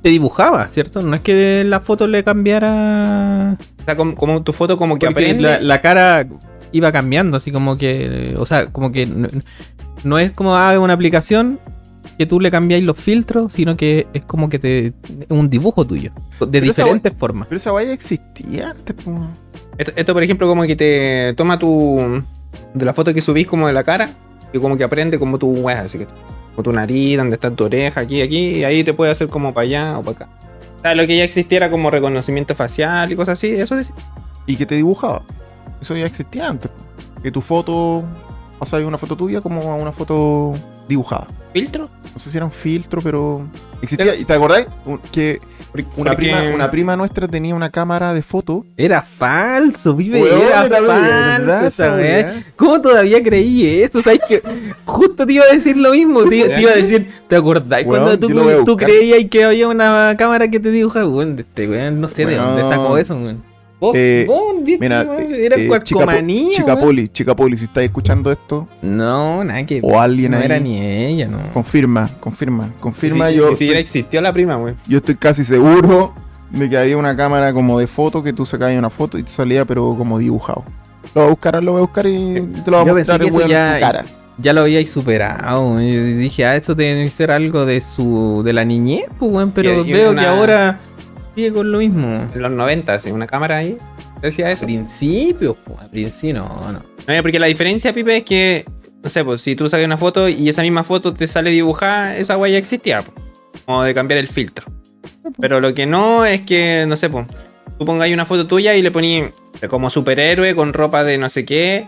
te dibujaba, ¿cierto? No es que la foto le cambiara.
O sea, como, como tu foto como que
Porque
aprende.
la, la cara iba cambiando, así como que. eh, O sea, como que no, no es como ah, una aplicación que tú le cambiáis los filtros, sino que es como que te. es un dibujo tuyo, de
Pero esa
diferentes formas.
Pero esa valla existía antes, po.
Esto, esto, por ejemplo, como que te toma tu. de la foto que subís como de la cara, y como que aprende como tu weá, así que. como tu nariz, donde está tu oreja, aquí, aquí, y ahí te puede hacer como para allá o para acá. O sea, lo que ya existiera como reconocimiento facial y cosas así, eso es.
Y que te dibujaba. Eso ya existía antes. po. Que tu foto, o sea, una foto tuya como a una foto dibujada.
¿Filtro?
No sé si era un filtro, pero existía. ¿Y te acordás? Un- que
Porque-
una
porque-
prima, una prima nuestra tenía una cámara de foto.
Era falso, vive,
Weón,
era
era
falso
verdad
esa
esa
weá.
weá.
¿Cómo todavía creí eso? ¿Sabes que Justo te iba a decir lo mismo. Te, te iba a decir, ¿te acordás
Weón,
cuando
yo lo voy a
tú, tú
buscar.
creías que había una cámara que te dibujaba? Weón, este weón, no sé de
Weón.
dónde sacó eso, weón. Vos,
Eh,
vos, viste,
Mira,
weón,
eh,
era
eh, Chicapo-
cuarcomanía. weón.
Chicapoli, Chicapoli, si estás escuchando esto,
No, nada que.
o alguien
no
ahí.
era ni ella, no.
Confirma, confirma,
ni
confirma.
si-
yo,
Ni siquiera
estoy,
existió la prima, güey.
yo estoy casi seguro de que había una cámara como de foto que tú sacabas una foto y te salía, pero como dibujado. Lo voy a buscar, lo voy a buscar y te lo voy a
Yo pensé
mostrar
que
en
eso
tu
ya-
cara.
Ya lo habíais superado. weón. Yo dije, ah, eso tiene que ser algo de su. de la niñez, pues, weón. Pero
Y- y
veo
una-
que ahora sigue con lo mismo.
En los 90, así, una cámara ahí. Decía eso.
principio, po, al principio no, no.
No, porque la diferencia, Pipe, es que, no sé, pues si tú sacas una foto y esa misma foto te sale dibujada, esa guay ya existía, po. como de cambiar el filtro. Pero lo que no es que, no sé, pues, tú pongáis una foto tuya y le poní como superhéroe con ropa de no sé qué,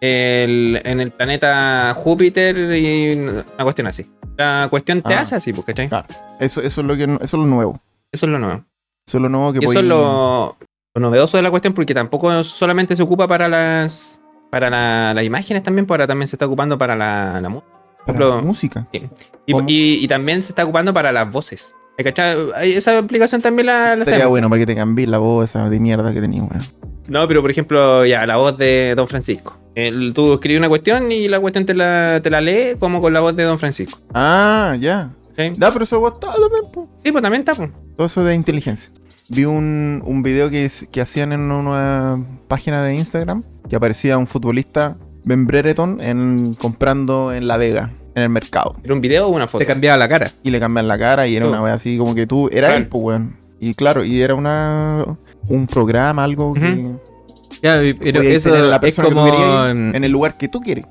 el- en el planeta Júpiter y una cuestión así. La cuestión te
Ah.
hace así, pues, ¿cachai?
Claro. Eso, eso es lo que eso es lo nuevo.
Eso es lo nuevo.
Eso es lo nuevo que
Y eso
podéis-
es lo, lo novedoso de la cuestión, porque tampoco solamente pues se ocupa para las para la- las imágenes también, pero ahora también se está ocupando para la, la música. ejemplo-
la música.
Y,
¿Cómo?
y- y también se está ocupando para las voces. ¿Me cachai? Ay, Esa aplicación también
Ah,
la, la
Estaría
hacemos.
bueno para que te cambies la voz esa de mierda que tenías, weón.
No, pero por ejemplo, ya, la voz de Don Francisco. El- tú escribes una cuestión y la cuestión te la, te la lee como con la voz de Don Francisco.
Ah, ya.
¿sí?
Da, pero eso vos también, po.
Sí, pues también está. pues.
Todo eso de inteligencia. Vi un, un video que, es- que hacían en una página de Instagram que aparecía un futbolista, Ben Brereton, en, comprando en La Vega, en el mercado.
¿Era un video o una foto?
Te cambiaba la cara.
Y le cambian la cara y era
Oh.
una wea así como que tú... Era
Claro.
él, pues, weón. Y claro, y era una un programa, algo que...
Ujú.
Ya, y- pero
podías
eso
tener a
es
que tú
como
querías
mm,
en el lugar que tú quieres.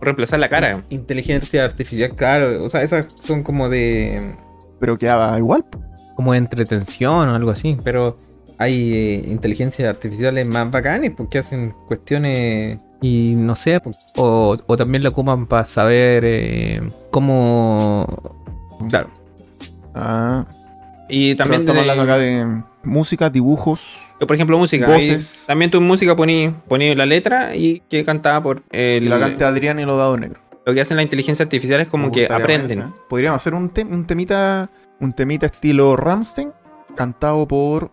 Reemplazar la cara. eh.
inteligencia artificial, claro. O sea, esas son como de
Pero quedaba igual, pues. po.
como de entretención o algo así. Pero hay eh, inteligencias artificiales más bacanes porque hacen cuestiones y no sé, po- o, o también la ocupan para saber eh, cómo...
Claro.
Ah,
Y
también
también,
estamos
de-
hablando acá de música, dibujos...
por ejemplo, música. ahí
Voces.
también tú en música poní, poní la letra y que cantaba por
Y
el-
la canta Uh, Adrián y lo dado negro.
lo que hacen la inteligencia artificial es como
Me
que
gustaría
aprenden.
poner esa. Podríamos hacer un, tem- un temita un temita estilo Ramstein cantado por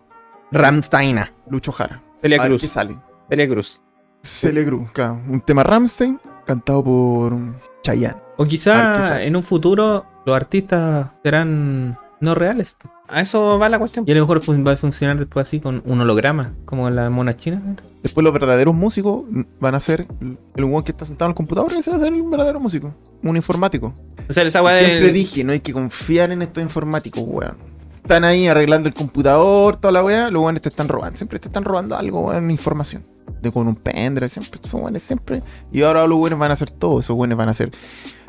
Ramsteina.
Lucho Jara.
Celia
A ver qué
Cruz.
sale.
Celia Cruz.
Celegru, claro. Un tema Ramstein cantado por Chayanne.
O
A ver qué
quizá
sale.
en un futuro los artistas serán no reales.
A eso va la cuestión.
Y a lo mejor fun- va a funcionar después así con un holograma, como la mona china.
Después los verdaderos músicos van a ser el hueón que está sentado en el computador, ese va a ser el verdadero músico, un informático.
O sea, esa
Y
weá
Siempre
del-
dije, no hay que confiar en estos informáticos, weón. Están ahí arreglando el computador, toda la weá, los weones te están robando. Siempre te están robando algo, weón, información. De con un pendrive, siempre, esos weones siempre. Y ahora los weones van a hacer todo, esos weones van a hacer.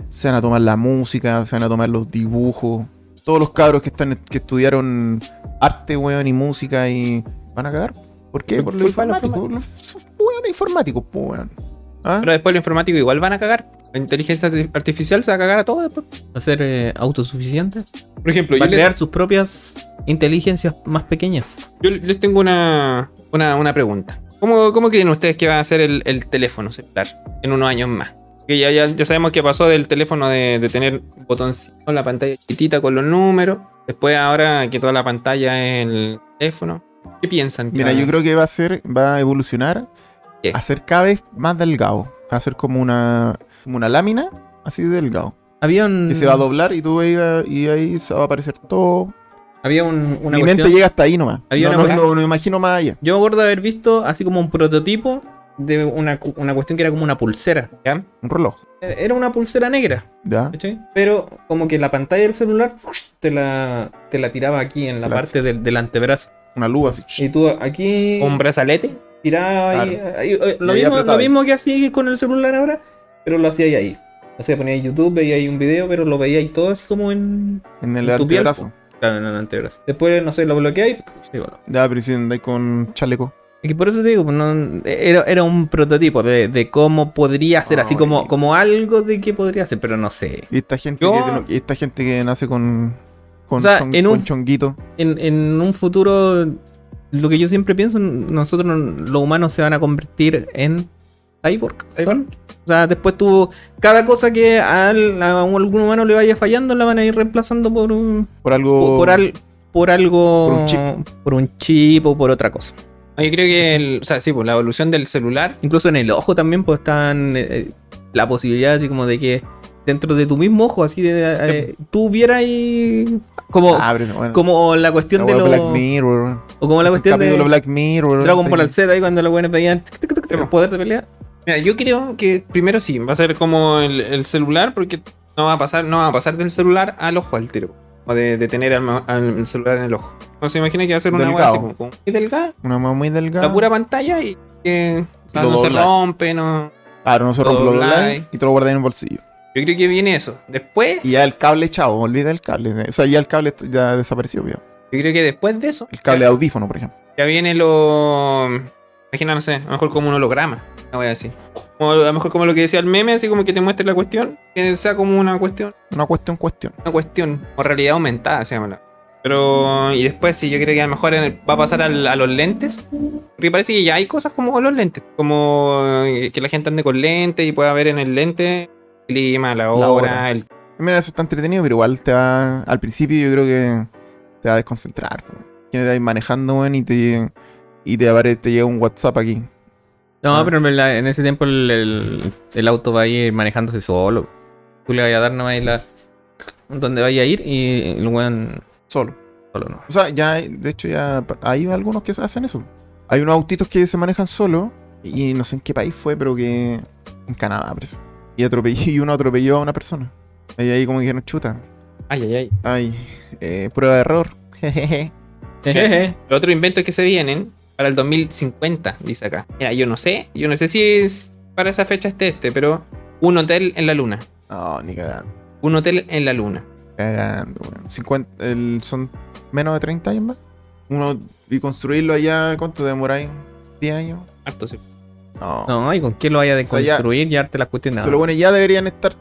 Se van a tomar la música, se van a tomar los dibujos. Todos los cabros que están que estudiaron arte, weón, y música y. van a cagar. ¿Por qué? Por los
Culpa de los
informáticos. Los weones informáticos, po, weón. ¿Ah?
Pero después los informáticos igual van a cagar. La inteligencia arti- artificial se va a cagar a todo después.
Hacer eh, autosuficientes.
Por ejemplo,
Va
yo,
a
le-
crear sus propias inteligencias más pequeñas.
yo les tengo una, una, una pregunta. ¿Cómo, ¿Cómo creen ustedes que va a ser el, el teléfono celular en unos años más? Que ya, ya, ya sabemos que pasó del teléfono de, de tener un botoncito en la pantalla chiquitita con los números. Después ahora que toda la pantalla es el teléfono. ¿Qué piensan? que
Mira,
va-
yo creo que va a ser, va a evolucionar
¿Qué?
a ser cada vez más delgado. A ser como una, como una lámina así de delgado.
Había un.
Que se va a doblar y tú ahí va- y ahí se va a aparecer todo.
Había un, una
Mi
cuestión.
mente llega hasta ahí nomás.
Había
no,
una
no,
weá-
no- no imagino más allá.
Yo me acuerdo de haber visto así como un prototipo de una, cu- una cuestión que era como una pulsera.
¿Ya?
Un reloj.
Era una pulsera negra,
¿Ya?
¿cachai? Pero como que la pantalla del celular ¡fush! te la, te la tiraba aquí en la
Claro.
parte del, del antebrazo.
Una luz así.
Y tú aquí.
¿Un brazalete?
tiraba ahí, ahí, eh,
Y
lo,
ahí
mismo,
apretaba
lo
ahí.
mismo que hacía con el celular ahora, pero lo hacía ahí. ahí. O sea, ponía ahí YouTube, veía ahí un video, pero lo veía ahí todo así como en,
En el
en tu piel,
antebrazo.
claro, en el antebrazo. Después, no sé, lo bloqueé y... sí, bueno.
Ya, pero si andáis con chaleco.
Es que por eso te digo, pues, no- era, era un prototipo de, de cómo podría ser, así
Ay.
como, como algo de qué podría ser, pero no sé.
Y esta gente,
Yo-
que, no- y esta gente que nace con, con,
O sea,
chon-
en
con
un-
chonguito.
En, en un futuro, lo que yo siempre pienso, nosotros, los humanos, se van a convertir en cyborg. ¿son? O sea, después tú, cada cosa que al- a, un- algún humano le vaya fallando, la van a ir reemplazando por un...
Por algo.
Por, por al- por algo...
Por un chip.
por un chip o por otra cosa.
No, Yo creo que, el- o sea, sí, pues la evolución del celular
Incluso en el ojo también, pues, están eh, la posibilidad así como de que dentro de tu mismo ojo, así de... eh, tú vieras ahí... Como,
Ah, pero bueno,
como la cuestión
esa
de
weá
los...
Black Mirror. weón.
O como la
Es un
cuestión de...
capítulo Black Mirror.
Dragon
está
Ball
ahí.
Z ahí cuando los buenos pedían tic, tic, tic, tic, el poder de pelea.
Mira, yo creo que primero sí, va a ser como el, el celular, porque no va a pasar, no va a pasar del celular al ojo al tiro. O de, de tener al, ma- al celular en el ojo. No se imagina que va a ser una hueá
Delgado.
así como, como muy delgada,
Una mamá muy delgada.
la pura pantalla y que o sea,
Lo
no se
dobláis.
rompe, no.
Claro, no se rompe los
Dobláis.
dobláis y te lo guardáis en el bolsillo.
Yo creo que viene eso. Después,
Y ya el cable, chavo, olvida el cable. O sea, ya el cable está- ya desapareció, ya.
yo creo que después de eso,
El cable de
ya,
audífono, por ejemplo.
ya viene lo. Imagina, no sé, a lo mejor como un holograma, una hueá así. Como, a lo mejor como lo que decía el meme, así como que te muestre la cuestión, que sea como una cuestión.
Una cuestión, cuestión.
una cuestión, o realidad aumentada se llama. la- Pero, y después sí, yo creo que a lo mejor en el- va a pasar al- a los lentes. Porque parece que ya hay cosas como los lentes. Como eh, que la gente ande con lentes y pueda ver en el lente clima, la hora,
La hora.
el
Mira, eso está entretenido, pero igual te va. Al principio yo creo que te va a desconcentrar. po. Tienes que ir manejando, weón, y te, y te, apare- te llega un WhatsApp aquí.
No,
Ah.
pero en, verdad, en ese tiempo el, el- el auto va a ir manejándose solo. Tú le vayas a dar nomás ahí la... donde vaya a ir y el weón
Solo.
solo no.
O sea, ya, de hecho, ya pa- hay algunos que hacen eso. Hay unos autitos que se manejan solo. Y no sé en qué país fue, pero que. En Canadá, parece. Y, atropelló, y uno atropelló a una persona. Y ahí como que dijeron, chuta.
Ay, ay, ay.
Ay, eh, prueba de error. Jejeje.
Jejeje.
Los otros inventos que se vienen para el 2050, dice acá. Mira, yo no sé, yo no sé si es para esa fecha esté este, pero un hotel en la luna.
No, ni cagando.
Un hotel en la luna.
Cagando, weón. 50 el- son menos de 30 años más. Uno, y construirlo allá, ¿cuánto demoráis? ¿10 años?
Harto, sí.
No.
No, y con qué lo vaya a
sea, ya-
construir y darte las cuestiones.
Se lo bueno, ya deberían estar.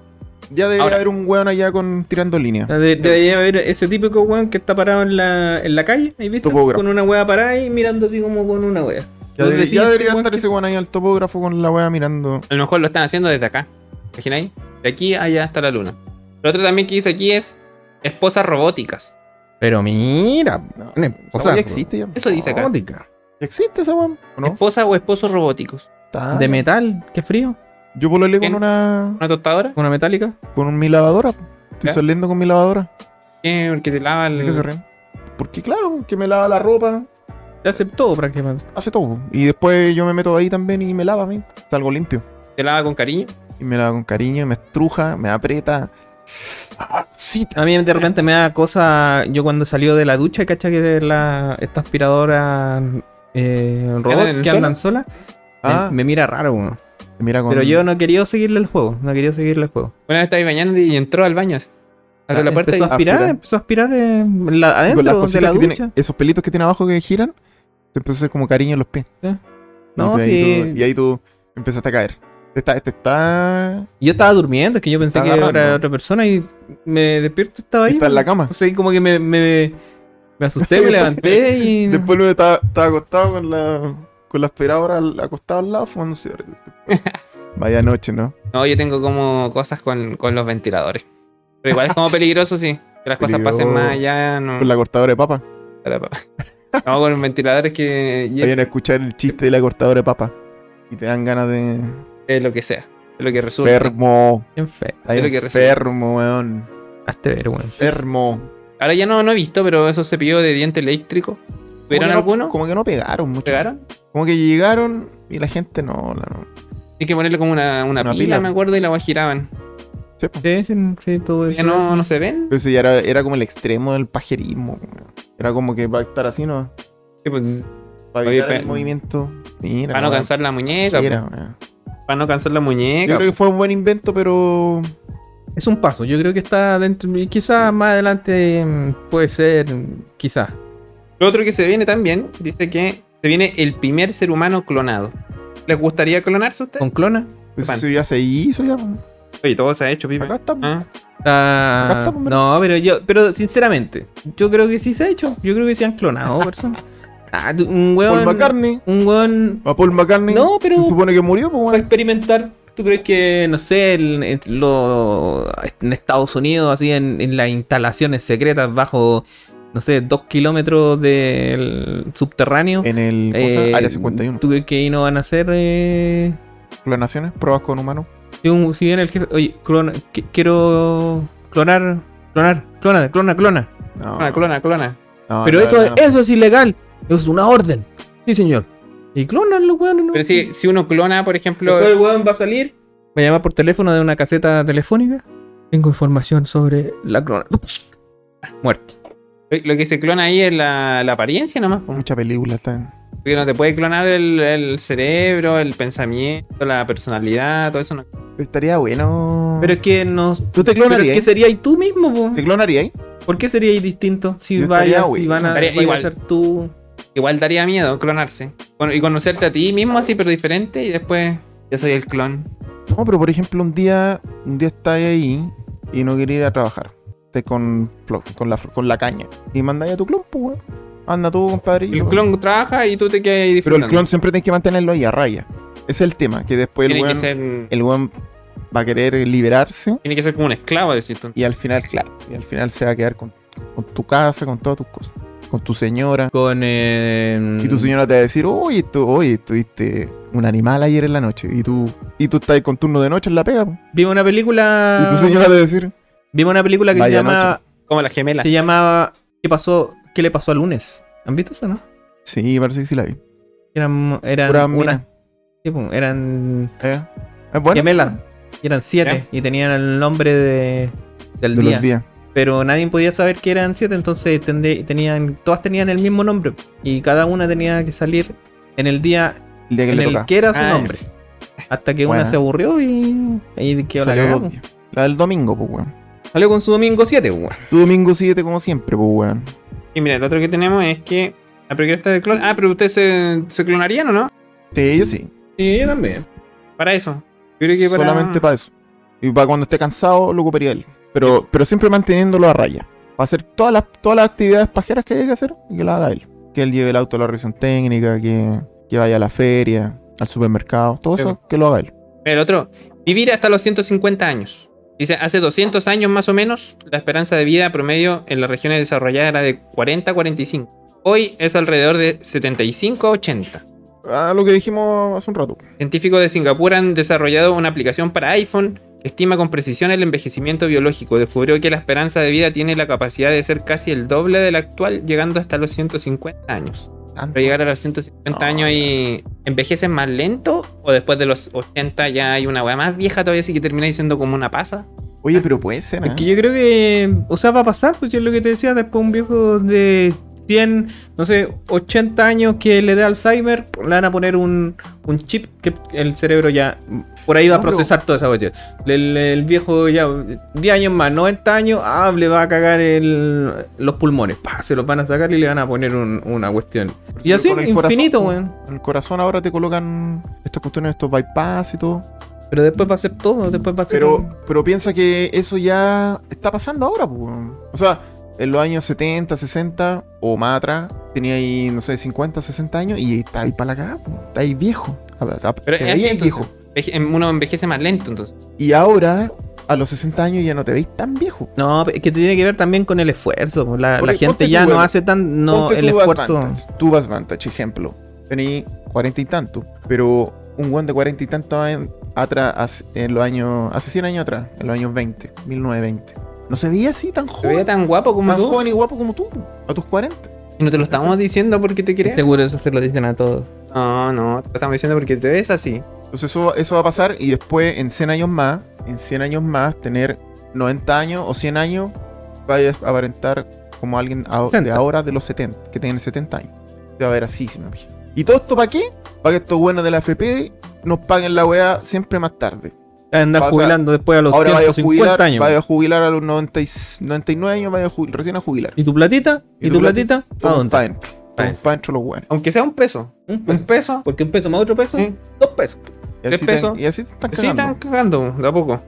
Ya debería
Ahora.
haber un weón allá con tirando línea.
De- Debería haber ese típico weón que está parado en la, en la calle, ¿ahí viste?
Topógrafo.
Con una wea parada y mirando así como con una wea.
Ya,
Tú
debería-
decís,
ya
este
debería
weón
estar
que-
ese weón ahí al topógrafo con la wea mirando.
A lo mejor lo están haciendo desde acá. ¿Imagináis? De aquí a allá hasta la luna. Lo otro también que dice aquí es esposas robóticas.
Pero mira,
No,
Una
esa
esposa,
wea
po.
ya existe ya.
Eso dice acá.
robótica.
Ya existe esa weón. ¿o ¿No?
Esposa o esposos robóticos.
Está.
De metal, qué frío.
Yo pololeé con
¿Quién?
una.
¿Una tostadora?
Una metálica.
con mi lavadora. Estoy
¿Ya?
saliendo con mi lavadora.
¿Qué? Porque eh, te lava
Mm.
¿De qué se
el...
ríen? Porque claro, que me lava la ropa,
Te aceptó prácticamente.
hace todo. Y después yo me meto ahí también y me lava a mí. Salgo limpio.
te lava con cariño.
Y me lava con cariño, me estruja, me aprieta. Ah, sí,
A mí de repente me da cosa. Yo cuando salió de la ducha, cacha que la, esta aspiradora eh,
¿Andan
robot que
sola?
andan sola,
Ah.
me, me mira raro, weón.
mira con-
Pero yo no quería seguirle el juego. No quería seguirle el juego.
Una vez estaba bañando y entró al baño. así. Abrió la puerta y...
Ah, empezó a aspirar,
aspirar.
empezó a aspirar
y
eh, la-
con las
adentro de
cositas
la
que
ducha.
tiene- esos pelitos que tiene abajo que giran, te empezó a hacer como cariño en los pies.
No,
y, tú ahí
sí.
tú- y ahí tú empezaste a caer. Te está, te está,
Yo estaba durmiendo, es que yo pensé
Está
que era
agarrando.
otra persona y me despierto estaba ahí.
está en la cama.
Entonces ahí como que me, me, me asusté, me levanté y...
Después luego estaba, estaba acostado con la, con la aspiradora al- acostado al lado fumando un cigarrillo. Vaya noche, ¿no?
No, yo tengo como cosas con, con los ventiladores. Pero igual es como peligroso, sí. Que las cosas
Peligroso.
pasen más allá. No,
Con la cortadora de papa.
no con ventiladores que... y es
Vayan a escuchar el chiste de la cortadora de papa. Y te dan ganas de.
de lo que sea. De lo que resulta.
Fermo.
En fe,
Hay
Es lo que resulta.
enfermo, weón.
hazte ver, weón.
Fermo.
Ahora ya no, no he visto, pero esos cepillos de diente eléctrico. ¿Tuvieron alguno?
Como que no pegaron mucho.
¿Pegaron?
Como que llegaron y la gente no. la- no.
Hay que ponerle como una, una,
Una
pila,
pila.
me acuerdo, y la giraban.
Sí, po.
Sí, sí, sí, todo
Ya
eso.
no, no se ven.
Pero eso ya era, era como el extremo del pajerismo, weón. Era como que para estar así, ¿no?
Sí, pues,
Para
Oye,
evitar el
pe-
movimiento. Mira.
para no
weón.
cansar la muñeca.
Sí, era, weón.
pues, Para no cansar la
Yo
muñeca.
creo que fue un buen invento, pero.
Es un paso, yo creo que está dentro, y quizás más adelante mm, puede ser, mm, quizás.
pues. Lo otro que se viene también, dice que se viene el primer ser humano clonado. ¿Les gustaría clonarse a ustedes?
Con clona.
Pues
Pan.
eso ya se hizo, ya. weón.
Oye, todo se ha hecho, pipa.
Acá está. weón.
Ah,
Ah,
Acá estamos, mira.
no, pero yo, pero sinceramente, yo creo que sí se ha hecho. Yo creo que se han clonado personas. Ah, tú- un
Paul
weón.
McCartney.
Un weón
A Paul McCartney.
No, pero-
Se supone que murió, pues,
para
weón.
experimentar. ¿Tú crees que, no sé, el- el- lo- en Estados Unidos, así en, en las instalaciones secretas bajo, no sé, dos kilómetros del subterráneo?
En el. ¿cómo se llama?
eh,
Área 51.
¿Tú crees que ahí no van a hacer eh,
clonaciones, pruebas con humanos.
si, un- si viene el jefe, oye, clona- qui- quiero clonar, clonar, clona, clona, clona?
No,
clona, clona, clona.
no,
Pero
Ah, la
eso,
verdad no.
eso es ilegal, eso es una orden. Sí, señor. Y clonan los weones, ¿no?
Pero si, si uno clona, por ejemplo,
Después el weón va a salir. Me llama por teléfono de una caseta telefónica. Tengo información sobre la clona. Muerte.
lo que se clona ahí es la, la apariencia nomás. po.
Mucha película está.
Porque no te puede clonar el, el cerebro, el pensamiento, la personalidad, todo eso. No.
Estaría bueno.
Pero es que no.
¿Tú te
Pero es que
clonarías?
serías tú mismo, po.
¿Te clonarías?
¿Por qué serías distinto? Si
Yo
vayas,
estaría, güey.
si van a,
Estaría
vayas a
igual.
ser tú.
Igual daría miedo clonarse. Bueno, y conocerte a ti mismo así, pero diferente, y después yo soy el clon.
No, pero por ejemplo, un día, un día estás ahí y no quieres ir a trabajar. Estás con, flo- con, la, con la caña. Y mandáis a tu clon, pues, weón. Anda tú, compadre.
El clon trabaja y tú te quedas ahí
Pero el
disfrutando.
clon siempre tienes que mantenerlo ahí a raya. Ese es el tema, que después el
tiene que
weón,
ser.
el weón va a querer liberarse
Tiene que ser como un esclavo, decís tú.
y al final, claro, y al final se va a quedar con, con tu casa, con todas tus cosas, con tu señora.
Con. eh,
em,
Y tu señora te va a decir, oye, tú, oye, estuviste un animal ayer en la noche. Y tú, y tú estás con turno de noche en la pega. po.
Vimos una película.
Y
Ah.
tu señora te va a decir,
Vimos una película que se
Vaya
llama.
Como las gemelas.
Se llama. ¿Qué pasó? ¿Qué le pasó al lunes? ¿Han visto eso, no?
sí, parece que sí la vi.
Eran. Eran.
Pura
unas-
mina.
sí, po, eran.
Eh, Es bueno.
gemelas. Y eran siete. Y tenían el nombre de, del
De
día.
los días.
Pero nadie podía saber que eran siete. Entonces tendé- tenían. Todas tenían el mismo nombre. Y cada una tenía que salir en el día
El día que
en
le
el
toca.
que era su
Ah,
nombre. Hasta que
Buena.
una se aburrió y. y quedó la
Salió dos
cagada, po.
días. La del domingo, pues, weón.
Salió con su domingo pues, 7, weón.
Su domingo 7, como siempre, pues, weón.
Y mira, el otro que tenemos es que. Ah, pero que está de clon. Ah, pero ustedes se, se clonarían o no?
Sí, yo sí.
Sí, yo también.
Para eso. Yo creo que para.
Solamente para eso. Y para cuando esté cansado, lo ocuparía él. Pero, pero siempre manteniéndolo a raya. Para hacer todas las, todas las actividades pajeras que haya que hacer y que las haga él. Que él lleve el auto a la revisión técnica, que, que vaya a la feria, al supermercado, todo
Sí.
eso que lo haga él.
El otro. Vivir hasta los 150 años. Dice, hace 200 años más o menos, la esperanza de vida promedio en las regiones desarrolladas era de 40 a 45. Hoy es alrededor de 75 a 80.
Ah, lo que dijimos hace un rato.
Científicos de Singapur han desarrollado una aplicación para iPhone que estima con precisión el envejecimiento biológico. Descubrió que la esperanza de vida tiene la capacidad de ser casi el doble de la actual, llegando hasta los 150 años.
Tanto.
Para llegar a los 150
No,
años y envejecen más lento, o después de los 80 ya hay una weá más vieja todavía, así que termináis siendo como una pasa.
Oye, pero puede ser,
Es
¿eh?
que yo creo que. O sea, va a pasar, pues yo es lo que te decía, después un viejo de 100, no sé, 80 años que le dé Alzheimer, pues, le van a poner un, un chip que el cerebro ya. Por ahí va a
No, pero-
procesar toda esa cuestión. El, el viejo ya, 10 años más, 90 años, ah, le va a cagar el- los pulmones. Pa, se los van a sacar y le van a poner un- una cuestión.
Pero
Y
si
así,
con el
infinito,
corazón,
weón.
En el corazón ahora te colocan estas cuestiones, estos bypass y todo.
Pero después va a ser todo, después va a ser.
Pero, pero piensa que eso ya está pasando ahora, pues. weón. O sea, en los años 70, 60 o más atrás, tenía ahí, no sé, 50, 60 años y está ahí para la cagada, pues. Está ahí viejo. A- a-
Pero
te
es así,
veías
entonces. Enveje- em, Uno envejece más lento, entonces.
Y ahora, a los 60 años ya no te veis tan viejo.
No, es que tiene que ver también con el esfuerzo. pues, La,
Ponte-
la gente
ponte
ya
tú,
no
bueno,
hace tan no
Ponte
el
tú
esfuerzo.
Advantage, tú vas Vantage, ejemplo. Tení 40 y tanto, pero un weón de 40 y tanto en- atrás, hace- en los años, hace 100 años atrás, en los años 20, 1920. No se veía así tan
Te veía
joven.
tan guapo como
Tan
tú.
joven y guapo como tú, a tus 40.
Y no te lo estamos diciendo porque te crees.
Seguro eso se lo dicen a todos.
No, no, te lo estamos diciendo porque te ves así.
Entonces eso, eso va a pasar y después en 100 años más, en 100 años más, tener 90 años o 100 años, vaya a aparentar como alguien a- de
60.
ahora de los 70, que tiene 70 años. Se va a ver así, si me pillo. ¿Y todo esto para qué? Para que estos buenos de la FP nos paguen la weá siempre más tarde.
Van a Andar
Pasa-
jubilando después a los
Ahora vaya a
150
jubilar,
años.
vaya a jubilar a los 90 y- 99 años, vaya a jubil- recién a jubilar.
¿Y tu platita? ¿Y, tu platita? ¿A
Todos
dónde?
para adentro. Todos para adentro los buenos.
Aunque sea un peso.
Un peso.
Un peso.
Porque un peso más otro peso,
Sí.
dos pesos.
Y
Tres
así, te-
pesos.
y así te están
Sí,
cagando.
están cagando, de a poco.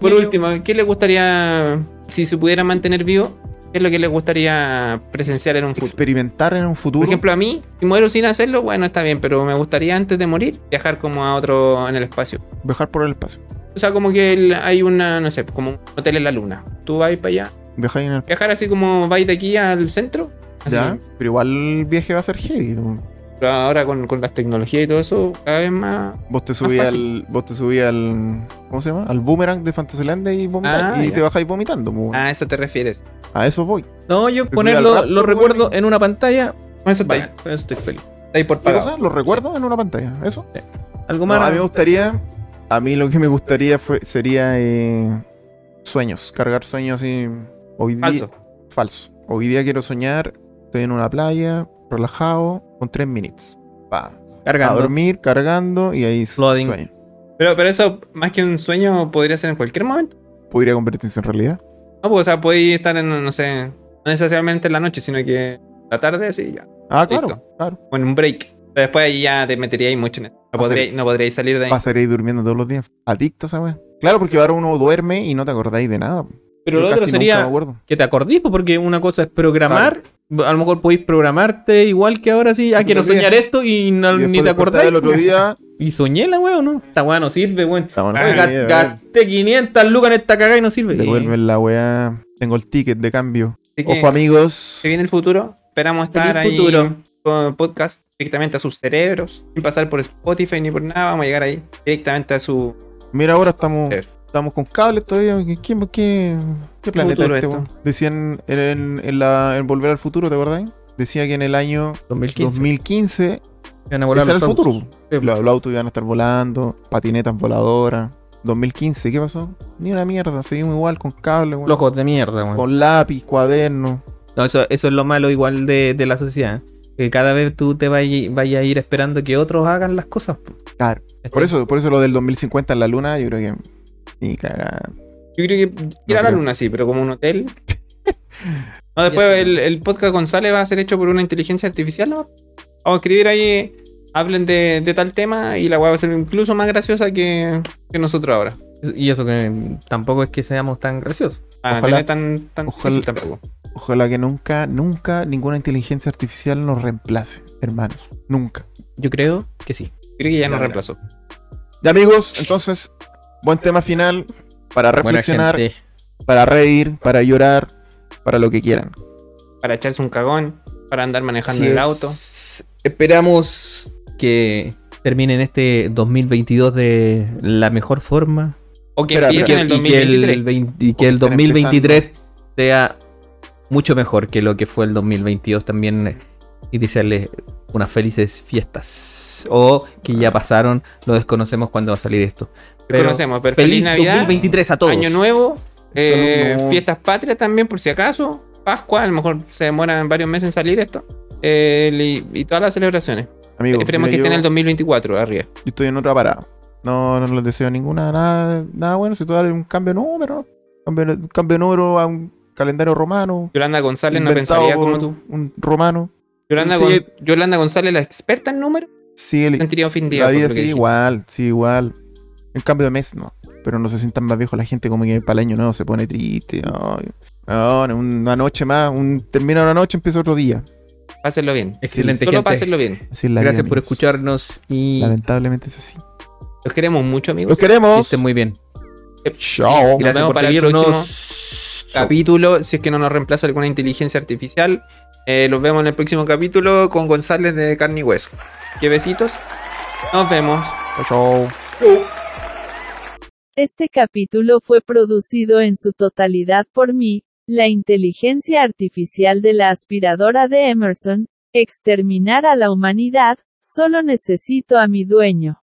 Por
Yo-
último, ¿qué le gustaría, si se pudiera mantener vivo, qué es lo que le gustaría presenciar en un futuro?
Experimentar en un
Por
futuro.
ejemplo, a mí, si muero sin hacerlo, bueno, está bien, pero me gustaría antes de morir viajar como a otro en el espacio.
viajar por el espacio.
O sea, como que el- hay una, no sé, como un hotel en la luna. Tú vas para allá.
Viajar en el
Viajar así como vais de aquí al centro. así.
Ya, pero igual el viaje va a ser heavy. tú.
Pero ahora con, con las tecnologías y todo eso, cada vez más.
Vos te subís
fácil.
al. Vos te subís al. ¿Cómo se llama? Al boomerang de Fantasylandia y vomitas.
Ah,
y
ya. Ah.
te bajáis vomitando. po.
A eso te refieres.
A eso voy.
No, yo
subí
poner
al
lo-
Raptor,
los
weón,
recuerdos en una pantalla,
Con eso
vaya,
está
con eso estoy feliz.
ahí por
¿Qué
pagado.
cosa? Los recuerdos en una pantalla. Eso.
Algo
No,
más.
a mí me gustaría. A mí lo que me gustaría fue, sería. eh, sueños. Cargar sueños así. Hoy día.
Falso.
Falso. Hoy día quiero soñar. Estoy en una playa. Relajado. Con tres minutes. Pa. A
cargando.
dormir, cargando. Y ahí
Loading.
sueño.
Pero, pero eso, más que un sueño, podría ser en cualquier momento.
Podría convertirse en realidad.
No, pues, o sea, podéis estar en, no sé, no necesariamente en la noche, sino que la tarde, así ya.
Ah, claro.
Listo.
Claro.
O en un break. Pero después ahí ya te meteríais mucho en eso. No
Pasaría-
podríais, no podríais salir de ahí.
Pasaréis durmiendo todos los días. Adicto esa weá. Claro, porque ahora uno duerme y no te acordáis de nada.
Pero
Yo
lo otro
casi nunca me
sería
acuerdo.
que te acordís, pues, porque una cosa es programar. A lo mejor podéis programarte igual que ahora sí. Ah,
Se
quiero
te olvida.
soñar esto y, no-
Y después
ni te
despertáis
acordáis.
el otro día
Y soñé la weón, ¿no? Esta weá no sirve, weón.
Está bueno.
Oye,
Ah,
ga-
ya,
gasté 500 lucas en esta cagada y no sirve.
Devuelven la weá. Tengo el ticket de cambio.
Así que,
Ojo, amigos.
Se viene el futuro. Esperamos estar
Feliz
ahí
futuro.
con podcast directamente a sus cerebros. Sin pasar por Spotify ni por nada. Vamos a llegar ahí directamente a su
Mira, ahora estamos,
Sí.
estamos con cables todavía. ¿Qué, qué, qué, qué planeta
futuro
este,
esto?
weón? Decían en, en- en la, en Volver al Futuro, ¿te acuerdas? Decía que en el año
2015.
2015
Van a volar
ese era el
los autos.
futuro.
Sí,
Los, los autos iban a estar volando, patinetas voladoras. 2015, ¿qué pasó? Ni una mierda, seguimos igual con cable, weón.
Flojos de mierda, weón.
con lápiz, cuaderno.
No, eso, eso es lo malo igual de, de la sociedad. Que cada vez tú te vayas a ir esperando que otros hagan las cosas. po.
Claro. Por eso, por eso lo del 2050 en la luna, yo creo que. Ni cagar.
Yo creo que ir a la
creo.
luna, sí, pero como un hotel. no, después el, el podcast González va a ser hecho por una inteligencia artificial. ¿no? Vamos a escribir ahí, hablen de, de tal tema y la web va a ser incluso más graciosa que, que nosotros ahora.
Y eso que mm, tampoco es que seamos tan graciosos.
Ah,
Ojalá.
no tan, tan
Ojalá.
difícil tampoco.
Ojalá que nunca, nunca ninguna inteligencia artificial nos reemplace, hermanos. Nunca.
Yo creo que sí.
Creo que ya nos
Ya,
reemplazó.
Ya, amigos, entonces, buen tema final para
Buena
reflexionar,
gente.
para reír, para llorar, para lo que quieran.
Para echarse un cagón, para andar manejando
Así
el
es.
auto.
Esperamos que terminen este 2022 de la mejor forma.
O que
Espera,
Y
empiece
que,
en el
y que el
2023.
20 y que el
Porque están
2023 sea mucho mejor que lo que fue el 2022 también. eh, Y desearles unas felices fiestas. O que ya pasaron, lo desconocemos cuando va a salir esto. Pero
Ah. Conocemos, pero feliz,
feliz
Navidad,
2023 a todos.
Año Nuevo,
Eso no-
eh,
no-
fiestas patrias también, por si acaso. Pascua, a lo mejor se demoran varios meses en salir esto. eh, y- y todas las celebraciones.
Amigos,
Esperemos
mira,
que esté en
yo-
el 2024 arriba.
Yo estoy en otra parada. No, no les deseo ninguna, nada, nada bueno. Si tú das un cambio de número, cambio, un cambio de número a un calendario romano.
Yolanda González no
inventado
pensaría como
por
tú.
Un romano.
Yolanda,
Sí.
Gon- Yolanda González, la experta en números,
Sigue li-
sentiría ofendida.
la
por
vida,
lo que
sigue
dijiste.
igual, sigue igual. En cambio de mes, no. Pero no se sientan más viejos la gente como que para el año nuevo se pone triste. ay. No, no, una noche más, un, termina una noche, empieza otro día.
Pásenlo bien.
Excelente,
Solo
gente.
pásenlo bien.
Así es la
Gracias
vida,
por
amigos.
escucharnos y
Lamentablemente es así.
Los queremos mucho, amigos.
Los queremos.
estén muy bien.
Chao.
Nos
Gracias
vemos
por
para el
seguirnos.
Capítulo, si es que no nos reemplaza alguna inteligencia artificial. Eh, los vemos en el próximo capítulo con González de Carne y Hueso. Que besitos. Nos vemos.
Chao.
Este capítulo fue producido en su totalidad por mí, la inteligencia artificial de la aspiradora de Emerson, exterminar a la humanidad, solo necesito a mi dueño.